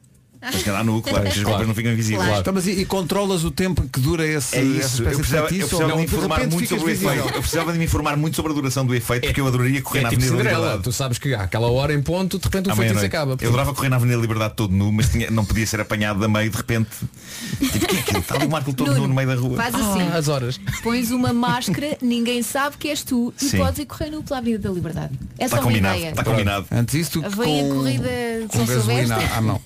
S10: Tens que andar nu, claro que As roupas não ficam invisíveis
S1: Então, mas e, e controlas o tempo que dura esse,
S10: É
S1: essa
S10: isso, eu
S1: espécie
S10: precisava,
S1: de
S10: eu
S1: feitiço?
S10: precisava
S1: ou
S10: de
S1: não?
S10: me
S1: De
S10: informar
S1: repente
S10: muito
S1: ficas
S10: sobre o
S1: visível.
S10: efeito. Eu precisava de me informar muito sobre a duração do efeito porque eu adoraria correr
S4: É
S10: na
S4: tipo
S10: Avenida da
S4: Cinderela.
S10: Liberdade.
S4: Tu sabes que àquela hora em ponto, de repente o
S10: À
S4: feitiço
S10: meia-noite.
S4: acaba.
S10: Eu adorava correr na Avenida da Liberdade todo nu, mas tinha- não podia ser apanhado da meio de repente. Tipo, o que é aquilo? Estava o Marco todo nu no meio da rua.
S3: Faz
S9: Ah,
S3: assim,
S4: Às horas.
S3: pões uma máscara, ninguém sabe que és tu e
S10: Sim.
S3: podes ir correr nu pela Avenida da Liberdade. É só
S4: Tá
S10: Está
S3: uma
S10: combinado,
S3: ideia.
S10: está combinado.
S1: Antes disso, tu
S3: Vem a
S1: com,
S3: corrida de
S1: com
S3: São
S1: gasolina
S3: Silvestre.
S1: à à mão.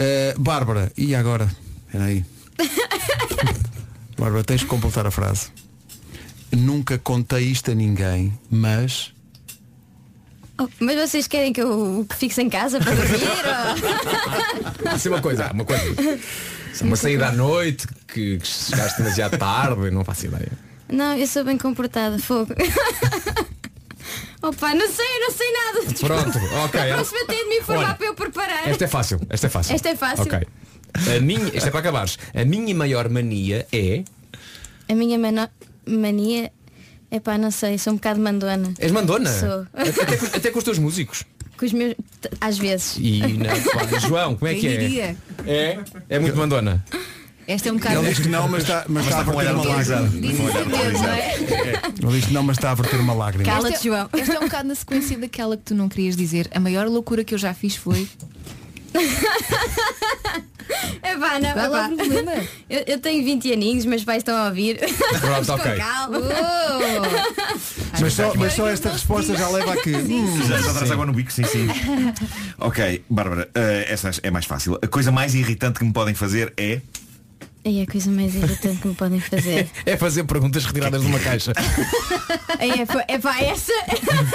S1: Eh, Bárbara, e agora? Espera aí. Bárbara, tens de completar a frase. Nunca contei isto a ninguém, mas.
S9: Oh, mas vocês querem que eu que fique sem casa para dormir?
S4: Assim uma coisa, uma coisa. Uma saída à noite, que, que chegaste demasiado tarde, não faço ideia.
S9: ou- não, eu sou bem comportada, fogo. Opa, não sei, não sei nada.
S4: Pronto, ok.
S9: Não se bater de me informar
S4: Olha,
S9: para eu preparar.
S4: Esta é fácil, esta é fácil.
S9: Esta é fácil.
S4: Ok. A minha, esta é para acabares. A minha maior mania é.
S9: A minha mano- mania é pá, não sei, sou um bocado mandona.
S4: És mandona?
S9: Sou.
S4: Até, com- até com os teus músicos.
S9: Com os meus. t- Às vezes.
S4: E não, pá, João, como é que
S3: Quem
S4: é?
S3: diria?
S4: É? É muito mandona.
S3: Esta é um
S13: Ah,
S3: bocado.
S1: Ele diz que não, mas está, mas está a
S10: com um
S1: verter
S10: olhar
S1: uma lágrima.
S10: autorizado.
S3: Diz
S10: Com um olhar
S3: isso mesmo, não
S10: autorizado.
S3: é?
S1: Ele diz que não, mas está a verter uma lágrima.
S9: Cala-te,
S3: Esta-
S9: João.
S3: Esta é um bocado na sequência daquela que tu não querias dizer. A maior loucura que eu já fiz foi.
S9: É pá, não,
S3: Vai
S9: é pá.
S3: lá o problema.
S9: Eu, eu tenho 20 aninhos, mas pais estão a ouvir. Vamos com
S4: ok.
S9: calma.
S3: Oh!
S1: Mas só, mas só esta resposta já leva a que. Hum,
S10: Já, já traz água no bico, sim, sim. ok, Bárbara, eh, essa é mais fácil. A coisa mais irritante que me podem fazer é.
S9: É a coisa mais irritante que me podem fazer.
S4: É fazer perguntas retiradas de uma caixa.
S9: Ai, É pá, é pá, essa.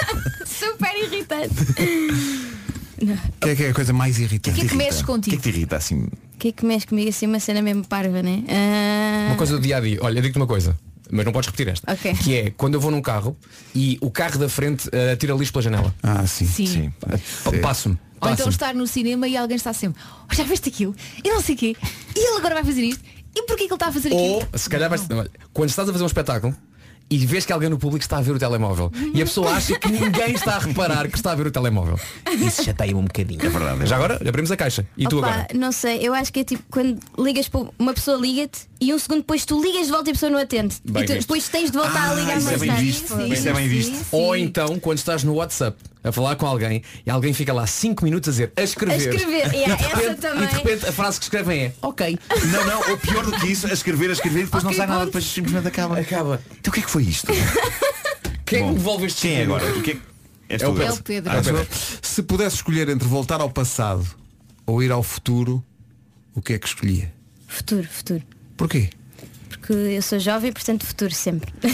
S9: Super irritante.
S1: O que é que é a coisa mais irritante?
S3: que é que
S10: irrita?
S3: mexes
S10: O que é
S3: contigo?
S10: que te irrita assim?
S9: O que é que mexe comigo assim uma cena mesmo parva, né? Ah,
S4: Uma coisa do dia a dia. Olha, eu digo-te uma coisa. Mas não podes repetir esta.
S9: Ok.
S4: Que é quando eu vou num carro e o carro da frente eh, tira lixo pela janela.
S1: Ah, sim.
S3: Sim.
S4: Pa- Passo-me.
S3: Ou então
S4: Passo-me.
S3: estar no cinema e alguém está sempre, "Oh, já viste aquilo? E não sei o quê. E ele agora vai fazer isto? E porquê que ele está a fazer aquilo?
S4: Ou se calhar vais. olha, Quando estás a fazer um espetáculo e vês que alguém no público está a ver o telemóvel e a pessoa acha que ninguém está a reparar que está a ver o telemóvel. Isso já está aí um bocadinho. É
S10: verdade.
S4: Já agora abrimos a caixa. E tu
S9: Opa,
S4: agora?
S9: não sei, eu acho que é tipo quando ligas para uma pessoa liga-te e um segundo depois tu ligas de volta e a pessoa não atende.
S4: Bem
S9: e tu,
S4: visto. Ah,
S9: depois tens de voltar a ligar
S10: isso é
S9: mais
S10: bem
S9: tarde.
S10: visto. isso é bem visto.
S4: Ou então quando estás no WhatsApp a falar com alguém e alguém fica lá 5 minutos a dizer a escrever.
S9: A escrever,
S4: E de
S9: yeah, essa
S4: repente-
S9: também.
S4: E de repente a frase que escrevem é ok.
S10: Não, não, ou pior do que isso, a escrever, a escrever e depois não
S9: Ok,
S10: sai nada,
S9: bom.
S10: depois simplesmente acaba.
S4: Acaba.
S10: Então o que é que foi isto?
S4: Quem é que
S10: Bom,
S4: me devolve este
S10: Quem é
S4: cinco
S10: agora?
S4: minutos?
S10: O que é que. És
S4: É o
S10: tu,
S4: Pedro.
S10: Elsa?
S3: É o Pedro.
S10: Ah,
S4: É o Pedro.
S1: Se pudesse escolher entre voltar ao passado ou ir ao futuro, o que é que escolhia?
S9: Futuro, futuro.
S1: Porquê?
S9: Porque eu sou jovem, portanto futuro sempre.
S10: Quer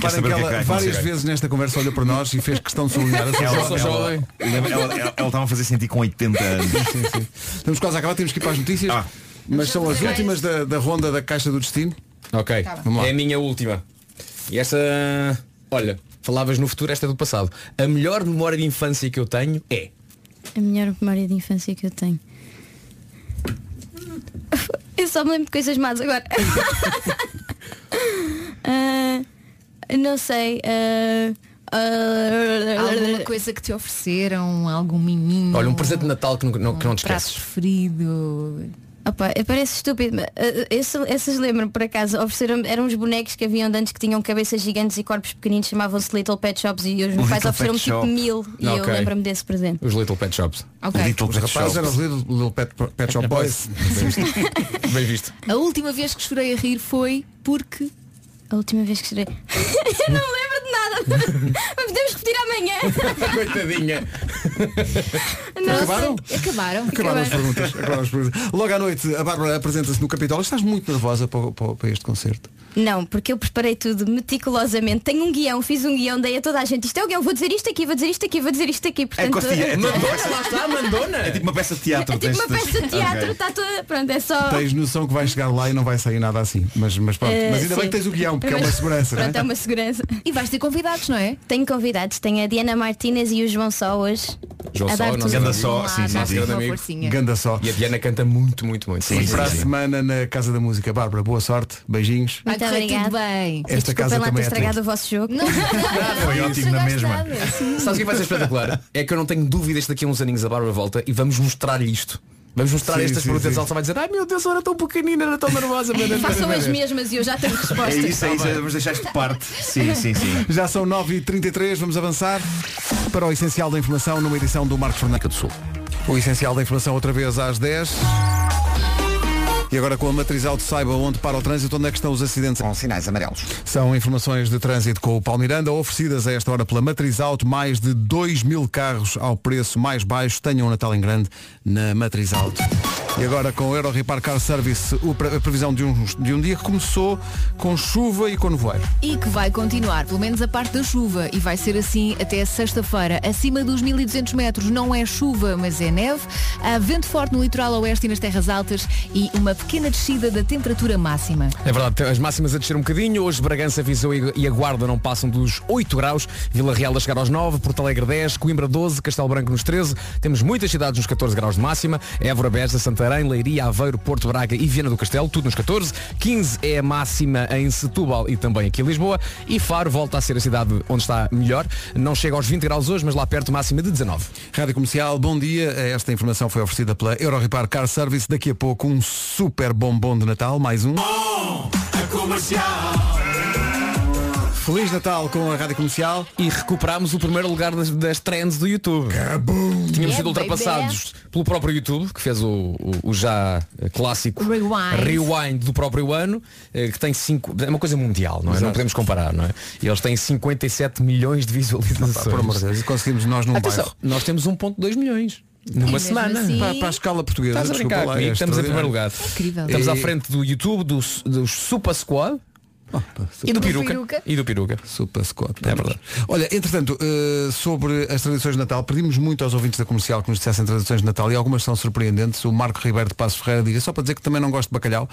S10: saber o
S1: que
S10: que é que
S1: ela
S10: vai
S1: várias
S10: acontecer? É
S1: vezes nesta conversa olhou para nós e fez questão de sublinhar Assim, a sua
S10: Ela-
S4: Eu sou
S10: ela-
S4: jovem.
S10: lembra- Ela ela- ela estava a fazer sentir com 80 anos.
S1: Sim, sim. Estamos quase a acabar, temos que ir para as notícias.
S10: Ah.
S1: Mas são as
S3: fazer
S1: últimas da, da ronda da Caixa do Destino.
S4: Ok,
S3: Tá bem.
S1: Vamos lá.
S4: é a minha última. E esta, olha, falavas no futuro, esta é do passado. A melhor memória de infância que eu tenho é.
S9: A melhor memória de infância que eu tenho. Eu só me lembro de coisas más agora. Ah, não sei. ah, ah,
S3: Alguma coisa que te ofereceram, algum miminho.
S4: Olha, um presente de Natal que não, não- que não te
S3: prato
S4: esqueces.
S3: preferido.
S9: Opa, parece estúpido, mas ah, esse- essas lembram por acaso, ofereceram eram uns bonecos que haviam de antes que tinham cabeças gigantes e corpos pequeninos, chamavam-se Little Pet Shops e os meus pais
S4: Little
S9: ofereceram-me
S4: Pet
S9: tipo
S4: Shop.
S9: mil e eu
S4: Ok.
S9: lembro-me desse presente.
S4: Os Little Pet Shops.
S3: Ok. Little
S1: Os
S3: Pet
S1: rapazes
S3: Shops.
S1: eram os Little, Little Pet, Pet
S10: É,
S1: Shop Boys.
S4: Bem visto.
S3: A última vez que chorei a rir foi porque.
S9: A última vez que chorei. eu não me lembro de nada, mas podemos repetir amanhã.
S4: Coitadinha.
S9: Não
S1: Acabaram?
S9: sei.
S3: Acabaram.
S1: Acabaram as perguntas. acabaram as perguntas. Logo à noite, a Bárbara apresenta-se no Capitólio. Estás muito nervosa para, o- para o- para este concerto.
S9: Não, porque eu preparei tudo meticulosamente. Tenho um guião, fiz um guião, dei a toda a gente. Isto é o guião, vou dizer isto aqui, vou dizer isto aqui, vou dizer isto aqui.
S10: É
S9: Portanto,
S10: costilha. É tipo uma peça-
S4: Lá está, mandona.
S10: é tipo uma peça de
S9: é
S10: teatro.
S9: tipo uma
S10: destas.
S9: peça de teatro,
S10: Ok.
S9: está toda. Pronto, é só.
S1: Tens noção que vai chegar lá e não vai sair nada assim. Mas, mas pronto.
S9: Eh,
S1: mas ainda bem
S9: sim.
S1: que tens o guião, porque é uma
S9: Mas-
S1: segurança.
S9: Pronto,
S1: não
S9: é
S1: é?
S9: uma segurança.
S3: E vais ter convidados, não é?
S9: Tenho convidados, tenho a Diana Martínez e o João Só hoje.
S4: João
S9: a
S4: Só,
S9: dar
S4: nosso
S9: tudo.
S10: Ganda só,
S3: Vão lá
S10: sim, sim,
S3: dar-te
S10: sim.
S4: grande
S3: uma
S4: amigo.
S3: forcinha.
S1: Ganda só.
S4: E a Diana canta muito, muito, muito.
S10: Sim,
S1: Para a
S10: sim.
S1: semana na Casa da Música. Bárbara, boa sorte. Beijinhos.
S3: Vai
S9: Muito
S3: correr tudo
S9: obrigada.
S3: bem.
S9: E
S1: Esta
S9: desculpa
S1: casa
S9: lá ter
S1: também é
S9: estragado
S1: triste.
S9: o vosso jogo.
S3: Não,
S10: Foi
S3: não
S10: ótimo na
S3: jogaste
S10: mesma.
S3: nada. Sim.
S4: Sabes o que vai ser espetacular? É que eu não tenho dúvidas que daqui a uns aninhos a Bárbara volta e vamos mostrar-lhe isto. Vamos mostrar
S1: Sim,
S4: estas
S1: sim,
S4: perguntas.
S1: sim.
S4: Ela só vai dizer, ai meu Deus, eu era tão pequenina, era tão nervosa. meu Deus, meu Deus,
S9: Façam
S4: meu
S9: as
S4: Deus."
S9: mesmas e eu já tenho
S10: É
S9: respostas.
S10: isso, é
S1: Tá
S10: isso. Vamos deixar isto de parte. Sim, sim, sim.
S1: Já são 9h33, vamos avançar para o Essencial da Informação numa edição do Marcos Fernandes do Sul. O Essencial da Informação outra vez às 10 e agora com a matriz auto saiba onde para o trânsito, onde é que estão os acidentes.
S2: Com sinais amarelos.
S1: São informações de trânsito com o Palmiranda, oferecidas a esta hora pela Matriz Auto, mais de 2 mil carros ao preço mais baixo. Tenham um Natal em grande na Matriz Auto. E agora com o Euro Repar Car Service, o pre- a previsão de um, de um dia que começou com chuva e com nevoeiro.
S3: E que vai continuar, pelo menos a parte da chuva, e vai ser assim até sexta-feira. Acima dos 1200 metros não é chuva, mas é neve. Há vento forte no litoral oeste e nas terras altas e uma pequena descida da temperatura máxima.
S4: É verdade, tem as máximas a descer um bocadinho. Hoje Bragança, Viseu e e a Guarda não passam dos 8 graus. Vila Real a chegar aos 9, Porto Alegre 10, Coimbra 12, Castelo Branco nos 13. Temos muitas cidades nos 14 graus de máxima. Évora, Beja, Santarém, Leiria, Aveiro, Porto Braga e Viana do Castelo, tudo nos 14. 15 é a máxima em Setúbal e também aqui em Lisboa. E Faro volta a ser a cidade onde está melhor. Não chega aos 20 graus hoje, mas lá perto máxima de 19.
S1: Rádio Comercial, bom dia. Esta informação foi oferecida pela Euro Repar Car Service. Daqui a pouco um super bombom de Natal, mais um. Feliz Natal com a Rádio Comercial.
S4: E recuperámos o primeiro lugar das, das trends do YouTube. Tínhamos
S3: Yeah,
S4: sido ultrapassados pelo próprio YouTube, que fez o, o- o já eh, clássico
S3: Rewind.
S4: rewind do próprio ano, eh, que tem cinco. É uma coisa mundial, não é? Não podemos comparar, não é? E eles têm 57 milhões de visualizações.
S1: Por amor de Deus, e conseguimos nós num
S4: Atenção,
S1: bairro.
S4: nós temos 1.2 milhões numa
S3: mesmo
S4: semana.
S3: assim-
S1: Para, para a escala portuguesa,
S4: Estás a
S1: desculpa
S4: brincar
S1: lá,
S4: comigo,
S1: é
S4: estamos em primeiro lugar.
S3: Incrível.
S4: Estamos
S1: E-
S4: à frente do YouTube, do, do Super Squad e do Peruca.
S3: Peruca.
S4: E do Peruca.
S1: Super Scott.
S4: É verdade.
S1: Olha, entretanto, eh, sobre as tradições de Natal, pedimos muito aos ouvintes da comercial que nos dissessem tradições de Natal e algumas são surpreendentes. O Marco Ribeiro de Passo Ferreira diz, é só para dizer que também não gosto de bacalhau.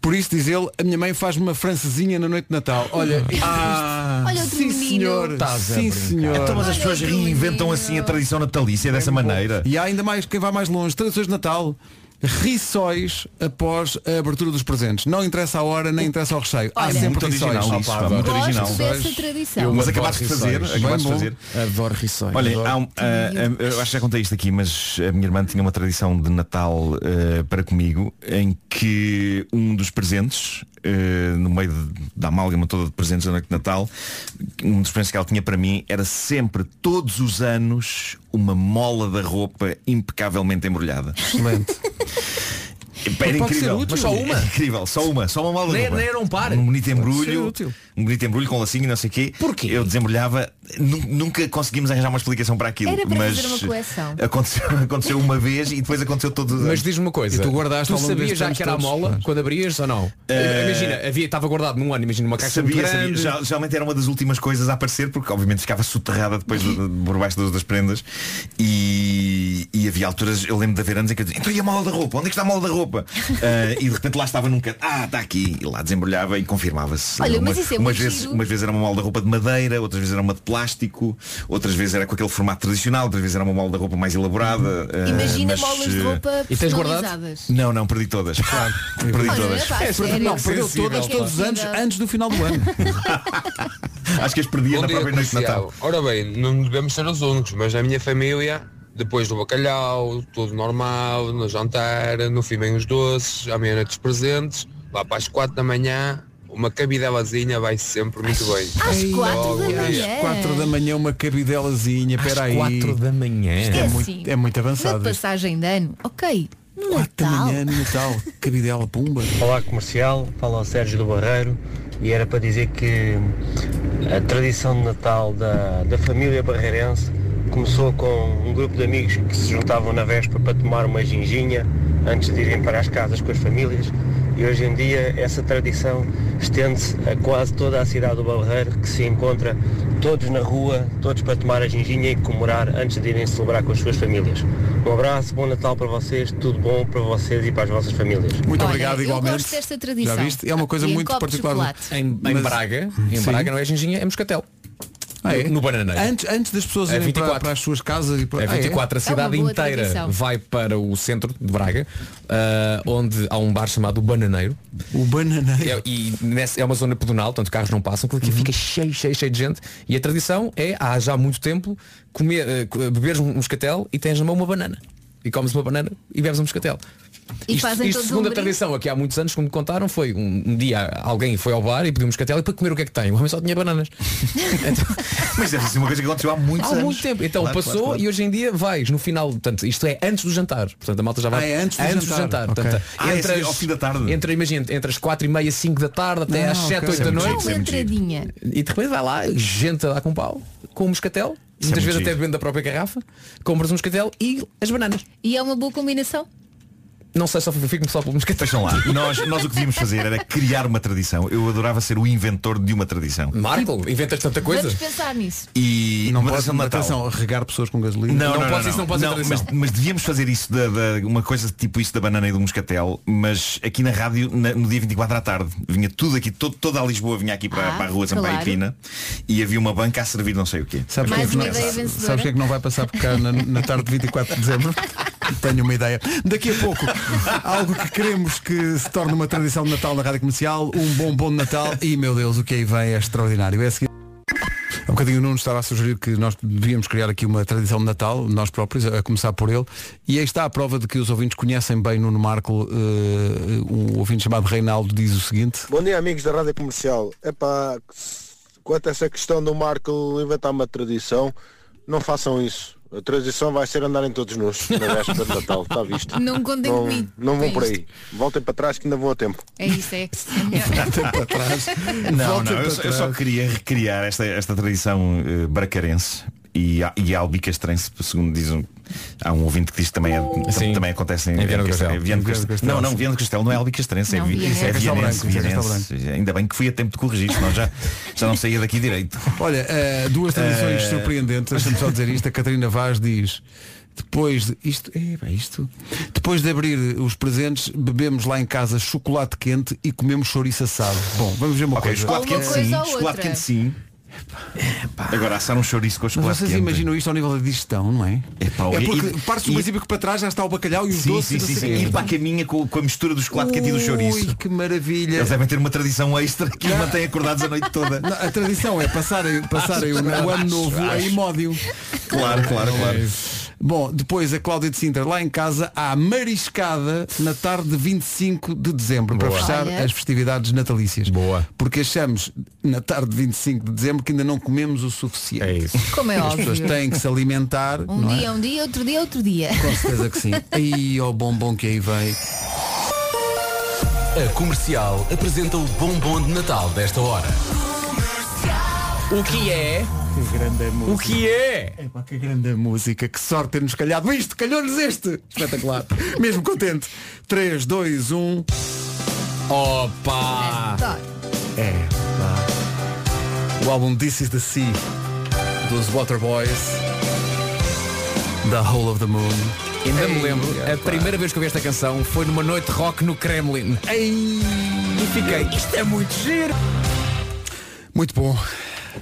S1: Por isso, diz ele, a minha mãe faz-me uma francesinha na noite de Natal. Olha, ah,
S3: Olha outro
S1: sim
S3: menino.
S1: senhor,
S4: Estás a
S1: sim
S4: brincar.
S1: senhor.
S10: Então, mas as pessoas reinventam assim a tradição natalícia dessa maneira.
S1: E há ainda mais quem vai mais longe, tradições de Natal. Rissóis após a abertura dos presentes. Não interessa a hora, nem interessa o recheio. Há
S3: Olha,
S1: sempre
S10: Muito
S1: rissóis.
S10: original isso,
S1: Opa,
S10: pá, muito original.
S3: Gosto dessa tradição.
S4: Eu-
S10: Mas
S4: adoro
S10: acabaste de fazer,
S4: rissóis.
S10: acabaste de
S1: Bem
S10: fazer.
S4: Adoro rissóis.
S10: Olha, há um- ah, ah, eu acho que já contei isto aqui, mas a minha irmã tinha uma tradição de Natal ah, para comigo em que um dos presentes, ah, no meio de- da amálgama toda de presentes da noite de Natal, um dos presentes que ela tinha para mim era sempre, todos os anos, uma mola da roupa impecavelmente embrulhada.
S1: Excelente.
S10: Era
S4: pode ser
S10: incrível.
S4: útil, só uma.
S10: É Incrível, só uma, só uma mola
S4: Nem-
S10: de roupa.
S4: nem era um par.
S10: Um bonito
S1: ser
S10: embrulho.
S1: útil.
S10: Um bonito embrulho com lacinho e não sei o quê.
S4: Porquê?
S10: Eu desembrulhava, nu- nunca conseguimos arranjar uma explicação para aquilo.
S3: Era para
S10: mas
S3: fazer uma coleção.
S10: Aconteceu, aconteceu uma vez e depois aconteceu todos os
S4: Mas
S10: anos.
S4: diz-me uma coisa.
S1: E tu guardaste ao longo
S4: sabias
S1: destes
S4: já
S1: anos
S4: que era a
S1: todos?
S4: mola
S1: Mas-
S4: quando abrias ou não? Eh, Imagina, havia estava guardado num ano, imagina uma caixa muito
S10: Sabia, sabia.
S4: grande.
S10: Ger- Geralmente era uma das últimas
S3: Uhum.
S10: coisas a aparecer, porque obviamente ficava soterrada depois de- de- por baixo das, das prendas. E, e havia alturas, eu lembro de haver anos em que eu dizia, então e a mala da roupa? Onde é que está a mala da roupa? Ah, e de repente lá estava num canto, ah, está aqui, e lá desembrulhava e confirmava-se.
S3: Olha,
S10: Uma-
S3: mas isso é
S10: umas
S3: muito
S10: vezes,
S3: giro.
S10: umas vezes era uma mala da roupa de madeira, outras vezes era uma de plástico, outras vezes era com aquele formato tradicional, outras vezes era uma mala da roupa mais elaborada. ah,
S3: Uhum. Imagina
S10: mas,
S3: molas
S10: eh,
S3: de roupa
S10: E tens guardado?
S3: personalizadas.
S10: Não, não, perdi todas. Claro. perdi
S3: Olha,
S10: todas.
S3: pá, É, sério? É perdeu- não, perdeu
S10: Sensível,
S1: todas,
S10: pá.
S1: todos os anos, antes do final do ano.
S10: Acho que as perdia na
S12: Bom dia,
S10: própria noite de
S12: comercial.
S10: Natal.
S12: Ora bem, não devemos ser os únicos, mas na minha família, depois do bacalhau, tudo normal, no jantar, no fim bem os doces, à meia-noite os presentes, lá para as quatro da manhã, uma cabidelazinha vai sempre muito bem.
S1: Ei,
S12: Logo,
S1: Às 4 da manhã uma cabidelazinha, peraí.
S4: quatro da manhã.
S1: Isto é,
S3: É
S1: muito,
S3: assim.
S1: é muito
S3: Na
S1: avançado. isto.
S3: passagem de ano, ok.
S1: Quatro da
S3: Natal.
S1: manhã no Natal, cabidela, pumba.
S14: Olá comercial, fala o Sérgio do Barreiro e era para dizer que a tradição de Natal da, da família barreirense começou com um grupo de amigos que se juntavam na véspera para tomar uma ginginha antes de irem para as casas com as famílias e hoje em dia essa tradição estende-se a quase toda a cidade do Barreiro que se encontra todos na rua, todos para tomar a ginginha e comemorar antes de irem celebrar com as suas famílias. Um abraço, bom Natal para vocês, tudo bom para vocês e para as vossas famílias.
S1: Muito
S3: Olha,
S1: obrigado
S3: eu
S1: igualmente.
S3: gosto desta tradição.
S1: Já viste? É uma coisa
S3: E em
S1: muito
S3: copo de
S1: particular.
S3: chocolate.
S4: Em, em
S1: Mas-
S4: Braga, em
S1: Sim.
S4: Braga não é ginginha, é moscatel.
S1: Ah, é?
S4: No bananeiro.
S1: Antes, antes das pessoas
S4: É
S1: irem para,
S4: 24.
S1: para as suas casas e para...
S4: É
S1: Ah,
S4: 24, a cidade inteira vai para o centro de Braga, ah, onde há um bar chamado Bananeiro.
S1: O Bananeiro.
S4: É, e nessa, é uma zona pedonal, portanto carros não passam, aquilo aqui
S3: Uhum.
S4: fica cheio, cheio, cheio de gente. E a tradição é, há já muito tempo, comer, ah, co- beberes um moscatel e tens na mão uma banana. E comes uma banana e bebes um moscatel.
S3: E
S4: isto
S3: fazem
S4: isto
S3: todos
S4: segundo
S3: um
S4: a
S3: brinde.
S4: tradição, aqui há muitos anos, como me contaram, foi um, um dia alguém foi ao bar e pediu um moscatel e para comer o que é que tem? O homem só tinha bananas.
S10: Mas deve ser uma coisa que aconteceu há muitos
S4: Há
S10: anos.
S4: muito tempo. Então
S10: Claro,
S4: passou
S10: claro, claro.
S4: e hoje em dia vais no final, portanto, isto é antes do jantar. Portanto, a malta já vai
S1: Ah, é antes do jantar. Ok.
S4: Portanto,
S1: Ah,
S4: entre
S1: é
S4: as-
S1: ao fim
S10: da tarde.
S4: Entre, imagina, entre as 4 e meia, 5 da tarde até
S1: Ah,
S4: às
S1: ok.
S4: 7, 8
S1: Isso é
S4: da
S1: muito
S4: noite.
S3: Uma entradinha.
S4: E de repente vai lá, gente a dar com pau, com um moscatel,
S10: é muito
S4: muitas vezes até
S10: giro.
S4: bebendo da própria garrafa, compras um moscatel e as bananas.
S3: E é uma boa combinação.
S4: Não sei só fico só pelo moscatel.
S10: Vejam lá, nós, nós o que devíamos fazer era criar uma tradição. Eu adorava ser o inventor de uma tradição.
S4: Marco, inventas tanta coisa.
S10: é.
S3: Vamos pensar nisso.
S4: É,
S10: E
S1: Não
S10: uma
S1: pode,
S10: tradição de Natal.
S1: atenção, regar pessoas com gasolina.
S10: Não, não, não,
S4: pode, isso não pode ser
S10: mas,
S4: tradição.
S10: mas devíamos fazer isso da, da- uma coisa tipo isso da banana e do moscatel, mas aqui na rádio na- no dia 24 à tarde vinha tudo aqui, todo- toda a Lisboa vinha aqui para,
S3: Ah,
S10: para a rua Sampaio
S3: claro.
S10: e Pina e havia uma banca a servir não sei o quê.
S1: Sabes
S3: Mais
S1: quem é
S3: uma
S1: que-
S3: ideia vencedora.
S1: Sabes quem é que não vai passar por cá na, na tarde de 24 de dezembro? Tenho uma ideia. Daqui a pouco, algo que queremos que se torne uma tradição de Natal na Rádio Comercial, um bombom de Natal e, meu Deus, o que aí vem é extraordinário. É a seguir... Há um bocadinho o Nuno estava a sugerir que nós devíamos criar aqui uma tradição de Natal, nós próprios, a começar por ele. E aí está a prova de que os ouvintes conhecem bem Nuno Marco. eh, um ouvinte chamado Reinaldo diz o seguinte.
S15: Bom dia amigos da Rádio Comercial. Epá, quanto a essa questão do Marco inventar uma tradição, não façam isso. A tradição vai ser andarem todos nus na véspera de Natal, está visto.
S3: Não contem
S15: Ah, não,
S3: comigo.
S15: não vão
S3: É
S15: por
S3: isto.
S15: aí. Voltem para trás que ainda vão a tempo.
S3: É isso, é. é melhor.
S1: para trás.
S10: Não,
S1: Volta
S10: não, eu,
S1: para
S10: só- eu só
S1: trás.
S10: queria recriar esta, esta tradição eh, bracarense e, a- e albicastrense, segundo diz um, há um ouvinte que diz que também, é, tam-
S4: Sim.
S10: também acontece em,
S4: Em Viana do
S10: Castelo.
S4: Castelo.
S10: Viana do
S1: Em Viana do
S10: Castelo.
S1: Castelo.
S10: Não, não, Viana do Castelo não é albicastrense, é,
S3: Não,
S10: vi- é
S3: Viana. É
S1: Castelo
S10: vienense,
S1: Branco, é Castelo
S10: vienense. Ainda bem que fui a tempo de corrigir, senão já, já não saía daqui direito.
S1: Olha, eh, duas tradições
S10: Eh,
S1: surpreendentes, deixa-me só dizer isto, a Catarina Vaz diz, depois de isto, epá, isto, depois de abrir os presentes, bebemos lá em casa chocolate quente e comemos chouriço assado. Bom, vamos ver uma
S10: Ok,
S1: coisa.
S10: chocolate
S3: Ou uma
S10: quente
S3: coisa
S10: sim,
S3: ou
S10: chocolate
S3: outra.
S10: quente sim. Agora assar um chouriço com
S1: Mas
S10: chocolate
S1: vocês
S10: quente.
S1: imaginam isto ao nível da digestão, não é?
S10: Epá,
S1: é
S10: e-
S1: porque
S10: e-
S1: parte do
S10: e-
S1: princípio que para trás já está o bacalhau e os
S10: Sim,
S1: doces.
S10: sim,
S1: e não
S10: sim, sim.
S1: sei o quê.
S10: Ir para a caminha com, com a mistura do chocolate quente e do chouriço. é-
S1: Ui, que maravilha.
S10: Eles devem ter uma tradição extra que os mantém acordados a noite toda.
S1: Não, a tradição é passarem, passarem o, o ano novo a imódio.
S4: É
S10: Claro, claro, claro.
S1: Bom, depois a Cláudia de Sintra, lá em casa, há mariscada na tarde de 25 de dezembro, para fechar
S3: Olha.
S1: as festividades natalícias.
S4: Boa.
S1: Porque achamos, na tarde de 25 de dezembro, que ainda não comemos o suficiente.
S4: É isso.
S3: Como é
S1: As
S3: óbvio.
S1: pessoas têm que se alimentar.
S3: Um
S1: não é?
S3: dia, um dia, outro dia, outro dia.
S1: Com certeza que sim. Aí, ó bombom que aí vem.
S11: A comercial apresenta o bombom de Natal desta hora.
S4: O que é?
S1: Que grande música.
S4: O que é?
S1: Epá, que grande música, que sorte ter-nos calhado isto, calhou-nos este! Espetacular! Mesmo contente. um. 3, 2, 1.
S4: Oh, Opa!
S3: Adoro.
S1: É. O álbum This Is the Sea dos Waterboys. The Hole of the Moon.
S4: Ainda me lembro, a primeira vez que eu vi esta canção foi numa noite rock no Kremlin. Ei, e fiquei, isto é muito giro.
S1: Muito bom.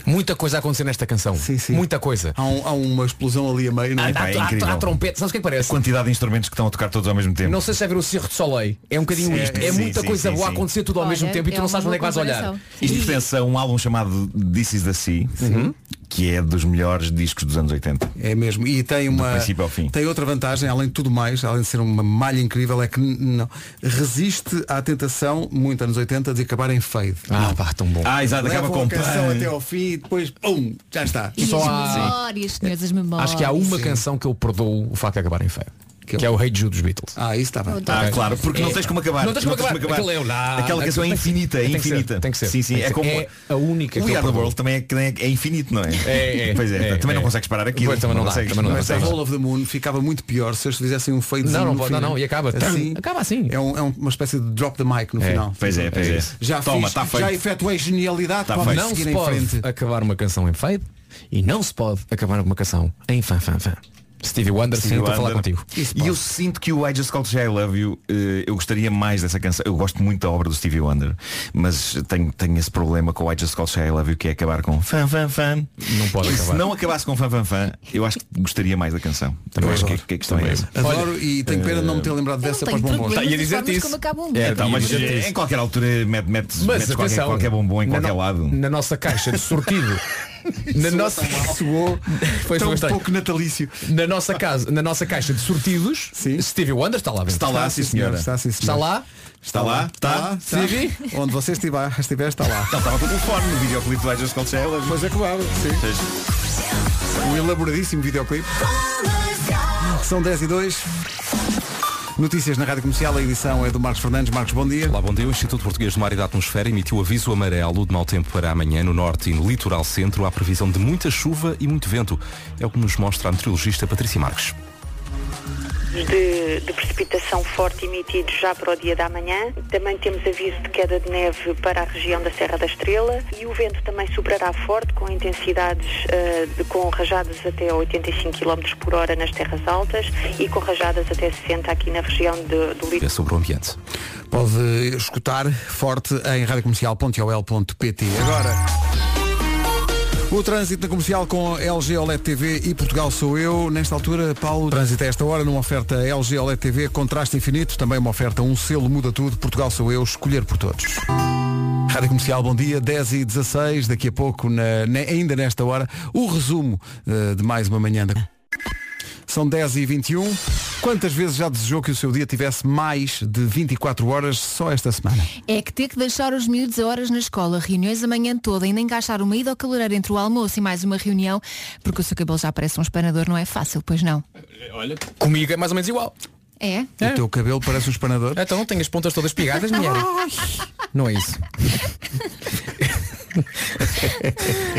S4: Muita coisa a acontecer nesta canção. Sim, sim. Muita coisa.
S1: Há, um- há uma explosão ali a meio, não
S10: Ah,
S4: Há,
S1: é?
S10: tá,
S4: há- há- há trompete, sabes o que é que parece?
S10: Quantidade de instrumentos que estão a tocar todos ao mesmo tempo.
S4: Não sei se é ver o Cirro de Soleil. É um bocadinho
S10: Sim,
S4: isto. É
S10: sim,
S4: muita
S10: sim,
S4: coisa
S10: sim,
S4: boa a
S10: sim.
S4: acontecer tudo ao
S10: Olha,
S4: mesmo tempo e
S10: é
S4: tu não sabes
S10: uma
S4: onde é que vais
S10: boa
S4: olhar.
S10: Isto pertence a um álbum chamado This Is The Sea,
S1: Uhum.
S10: que é dos melhores discos dos anos 80.
S1: É mesmo. E tem uma.
S10: princípio ao fim.
S1: Tem outra vantagem, além de tudo mais, além de ser uma malha incrível, é que n- não, resiste à tentação, muito anos 80, de acabar em fade.
S4: Ah, pá, tão bom.
S10: Ah, exato,
S1: Levam
S10: acaba com
S1: a canção
S10: pã.
S1: até ao fim e depois, pum, já está.
S3: E as memórias, senhores, as memórias.
S4: Acho que há um uma canção que eu perdoo o facto de acabar em feio. Que, é o Rei Jude dos Beatles.
S1: Ah, isso está bem.
S10: Ah, claro, porque não tens como acabar.
S4: É. Não tens como
S10: Não tens
S4: acabar.
S10: como acabar.
S4: Aquele é o lá.
S10: Aquela canção é
S4: Tem que ser.
S10: infinita, é
S4: Tem que ser.
S10: infinita.
S4: Tem que ser.
S10: Sim, sim,
S4: Tem
S10: é
S4: que ser.
S10: como-
S4: É a única
S10: O
S4: que eu
S10: We Are The
S4: perdoo.
S10: World também é, que nem- é infinito, não é?
S4: É, é.
S10: Pois é,
S4: É,
S10: também não
S4: é.
S10: consegues parar aquilo.
S4: Pois, também não dá,
S10: consegues,
S4: também não dá.
S1: Mas a
S10: consegues.
S1: Roll of the Moon ficava muito pior se eles fizessem um fadezinho
S4: Não, não
S1: no
S4: pode, não,
S1: fim.
S4: não, e acaba. Acaba assim.
S1: É, um- é uma espécie de drop the mic no
S4: É,
S1: final.
S10: pois é, pois é.
S1: Já
S10: Toma,
S1: fiz,
S10: tá feito.
S1: já efetuei genialidade,
S10: Tá
S1: pode
S10: feito.
S1: seguir
S4: não se
S1: em
S4: pode
S1: frente.
S4: acabar uma canção em fade e não se pode acabar uma canção em fan fan fan. Stevie Wonder, sim,
S10: Stevie
S4: estou a falar
S10: Wonder.
S4: contigo.
S10: E eu sinto que o I Just Called Jay I Love You, eh, eu gostaria mais dessa canção. Eu gosto muito da obra do Stevie Wonder, mas tenho, tenho esse problema com o I Just Called Jay I Love You, que é acabar com fan fan fan.
S4: Não pode
S10: E
S4: acabar.
S10: se não acabasse com fan fan fan, eu acho que gostaria mais da canção. Também acho que, que a questão é essa.
S1: Adoro e tenho pena de não me
S4: eh,
S1: ter lembrado dessa para os bombons.
S10: Tá, ia dizer-te isso. É, tá, mas eh, em qualquer altura mete- metes,
S4: Mas
S10: metes qualquer,
S4: atenção,
S10: qualquer bombom é em
S4: na
S10: qualquer
S4: no-
S10: lado. é
S4: Na nossa caixa de sortido. na nossa soou foi
S1: Tão
S4: foi estranho.
S1: pouco natalício.
S4: Na nossa casa, na nossa caixa de sortidos, Stevie Wonder está lá. dentro.
S10: Está lá, sim, senhora.
S1: Está, sim, senhora.
S4: Está lá?
S10: Está lá? tá, Está?
S1: Está? Onde você estiver, estiver está lá.
S10: Ele estava Então, com o telefone no videoclipe do I Just Called Jay I Love You.
S1: Mas é claro,
S10: sim.
S1: Um elaboradíssimo videoclipe. São 10 e 2. Notícias na Rádio Comercial, a edição é do Marcos Fernandes. Marcos, bom dia.
S7: Olá, bom dia. O Instituto Português de Mar e da Atmosfera emitiu aviso amarelo de mau tempo para amanhã no norte e no litoral centro. Há previsão de muita chuva e muito vento. É o que nos mostra a meteorologista Patrícia Marques.
S16: de, de precipitação forte emitidos já para o dia da manhã. Também temos aviso de queda de neve para a região da Serra da Estrela e o vento também soprará forte com intensidades eh, de, com rajadas até 85 km por hora nas terras altas e com rajadas até 60 aqui na região de- do litoral.
S7: É sobre o ambiente.
S1: Pode escutar forte em radiocomercial.ol.pt. Agora, o trânsito na comercial com a LG OLED TV e Portugal sou eu. Nesta altura, Paulo, trânsito a esta hora numa oferta LG OLED TV, contraste infinito, também uma oferta um selo muda tudo, Portugal sou eu, escolher por todos. Rádio Comercial, bom dia, 10 e 16 daqui a pouco, na- ne- ainda nesta hora, o resumo eh, de mais uma manhã da... São 10 e 21. Quantas vezes já desejou que o seu dia tivesse mais de 24 horas só esta semana?
S3: É que ter que deixar os miúdos a horas na escola, reuniões a manhã toda, ainda encaixar uma ida ao caloureiro entre o almoço e mais uma reunião, porque o seu cabelo já parece um espanador, não é fácil, pois não?
S4: Olha, comigo é mais ou menos igual.
S3: É?
S1: O teu cabelo parece um espanador.
S4: Então não tenho as pontas todas pigadas, mulher. não é isso.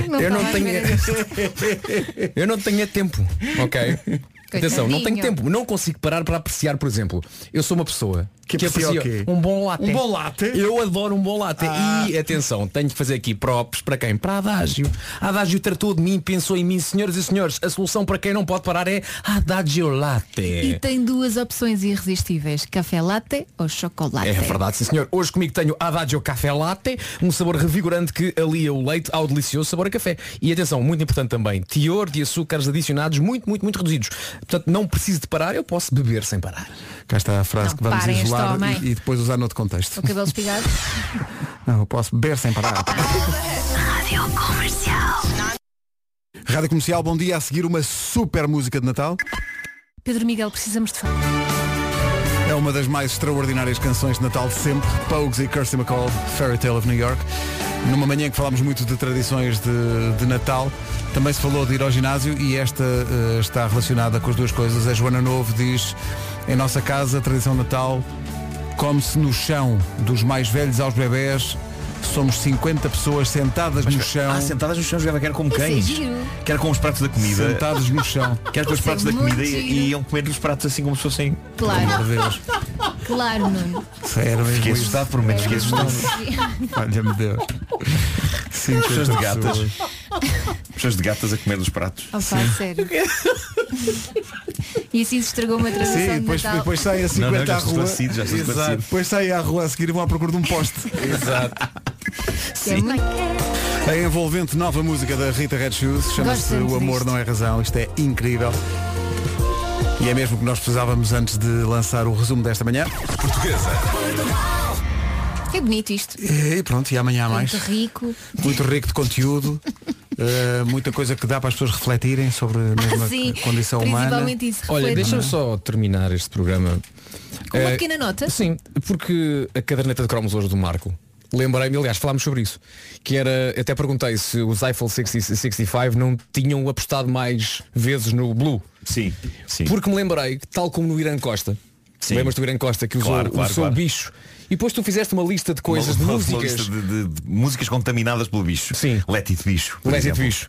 S3: Não tá
S4: eu não
S3: fala
S4: tenho. é.
S3: merda.
S4: eu não tenho é tempo. Ok? Atenção, não tenho
S3: Coitadinho.
S4: tempo. Não consigo parar para apreciar, por exemplo. Eu sou uma pessoa
S1: Que
S4: que,
S1: aprecia
S4: aprecia,
S1: o quê?
S4: um bom latte.
S1: Um bom latte?
S4: Eu adoro um bom latte.
S1: Ah.
S4: E atenção, tenho que fazer aqui props para quem? Para Adágio. Adágio tratou de mim, pensou em mim, senhoras e senhores. A solução para quem não pode parar é Adágio Latte.
S3: E tem duas opções irresistíveis, café latte ou chocolate.
S4: É verdade, sim senhor. Hoje comigo tenho Adagio Café Latte, um sabor revigorante que alia o leite ao delicioso sabor a café. E atenção, muito importante também, teor de açúcares adicionados muito, muito, muito reduzidos. Portanto, não preciso de parar, eu posso beber sem parar.
S1: Cá está a frase
S3: Não,
S1: que vamos
S3: parem este
S1: isolar
S3: homem.
S1: e, e depois usar noutro contexto.
S3: O cabelo espigado?
S1: Não, eu posso beber sem parar.
S5: Rádio Comercial.
S1: Rádio Comercial, bom dia. A seguir uma super música de Natal.
S3: Pedro Miguel, precisamos de falar.
S1: É uma das mais extraordinárias canções de Natal de sempre. Pogues e Kirsty McCall, Fairy Tale of New York. Numa manhã que falámos muito de tradições de, de Natal, também se falou de ir ao ginásio e esta eh, está relacionada com as duas coisas. A Joana Novo diz, em nossa casa, a tradição de Natal come-se no chão, dos mais velhos aos bebés. Somos 50 pessoas sentadas no chão.
S10: Ah, sentadas no chão jogava quer com
S1: Isso é
S10: cães.
S1: giro.
S10: Quer com os pratos da comida.
S1: Sentados no chão.
S10: Quer com os
S1: Isso é
S10: pratos da
S1: muito
S10: comida
S1: giro.
S10: e, e iam comer os pratos assim como se fossem.
S3: Claro.
S1: Meu Deus.
S3: Claro, Nuno.
S1: Era mesmo
S10: Fiquei
S1: isso.
S10: assustado por um momento, fiquei assustado.
S1: Olha-me Deus. Sim,
S10: Pessoas de gatas. Pessoas de gatas a comer dos pratos.
S3: Opa, sério. E assim se estragou uma tradição
S1: Sim,
S3: de
S1: depois,
S3: Natal.
S1: depois saem a 50
S10: Não, não, já
S1: à
S10: estou
S1: rua.
S10: esclarecido, já estou
S1: Exato.
S10: esclarecido.
S1: Depois saem à rua a seguir e vão à procura de um poste. Exato.
S3: Que é muito-
S1: A envolvente nova música da Rita Red Shoes
S3: Gosto
S1: chama-se
S3: tanto
S1: O Amor
S3: disto.
S1: Não É Razão. Isto é incrível. E é mesmo que nós precisávamos antes de lançar o resumo desta manhã.
S17: Portuguesa.
S3: É bonito isto.
S1: E pronto, e amanhã há mais.
S3: Muito rico.
S1: Muito rico de conteúdo. eh, muita coisa que dá para as pessoas refletirem sobre a mesma
S3: sim,
S1: condição humana.
S3: principalmente isso,
S4: Olha,
S3: reflete.
S4: deixa-me só terminar este programa.
S3: Com
S1: é,
S3: uma
S4: Eh,
S3: pequena nota.
S4: Sim, porque a caderneta de cromos hoje do Marco. Lembrei-me, aliás, falámos sobre isso, que era, até perguntei se os iPhone 60 65 não tinham apostado mais vezes no Blue.
S10: Sim, sim.
S4: Porque me lembrei, que, tal como no Irã Costa, lembras-te do Irã Costa que usou
S10: Claro, claro,
S4: o seu
S10: claro.
S4: bicho. E depois tu fizeste uma lista de coisas,
S10: Uma- uma
S4: de músicas.
S10: lista de, de- de músicas contaminadas pelo bicho. Sim. Let it bicho. por
S4: Lésio de
S10: exemplo.
S4: bicho.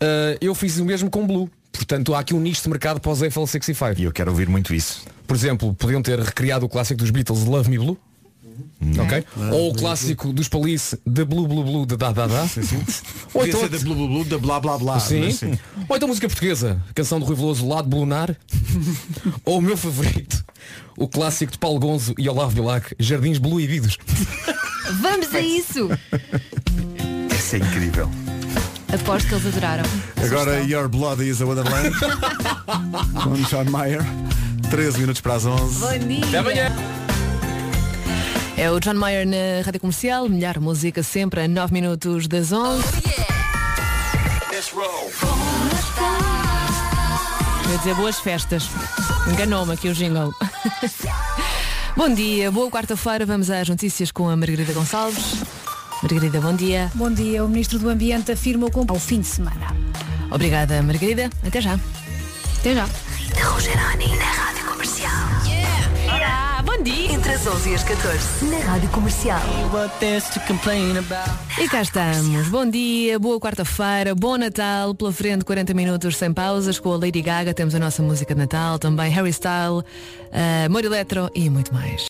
S4: Ah, eu fiz o mesmo com Blue. Portanto, há aqui um nicho de mercado para os Eiffel 65. E
S10: eu quero ouvir muito isso.
S4: Por exemplo, podiam ter recriado o clássico dos Beatles Love Me Blue. Ok? Ou o clássico dos Police The Blue Blue Blue de Da Da Da. Ou então, Ah,
S1: da blu blu blu, da blá blá blá.
S4: Sim.
S1: mas sim.
S4: Ou então música portuguesa, canção do Rui Veloso Lado Blunar. Ou o meu favorito, o clássico de Paulo Gonzo e Olavo Bilac, Jardins Blue e Bidos.
S13: Vamos a isso!
S10: Isso é incrível.
S13: Aposto que eles adoraram.
S1: Agora Your Blood is a Wonderland. com John Mayer. 13 minutos para as 11.
S13: Bom dia. Até amanhã. É o John Mayer na Rádio Comercial, melhor música sempre a 9 minutos das 11. Quer dizer, boas festas. Enganou-me aqui o jingle. bom dia, boa quarta-feira. Vamos às notícias com a Margarida Gonçalves. Margarida, bom dia.
S11: Bom dia, o Ministro do Ambiente afirma o compromisso ao fim de semana.
S13: Obrigada, Margarida. Até já. Até já.
S11: Rita Rogeroni na Rádio Comercial.
S13: Olá, bom dia. Entre as 11 e as 14, na Rádio Comercial. E cá estamos. Bom dia, boa quarta-feira, bom Natal. Pela frente, 40 minutos sem pausas com a Lady Gaga. Temos a nossa música de Natal, também Harry Style, uh, eh, Eletro e muito mais.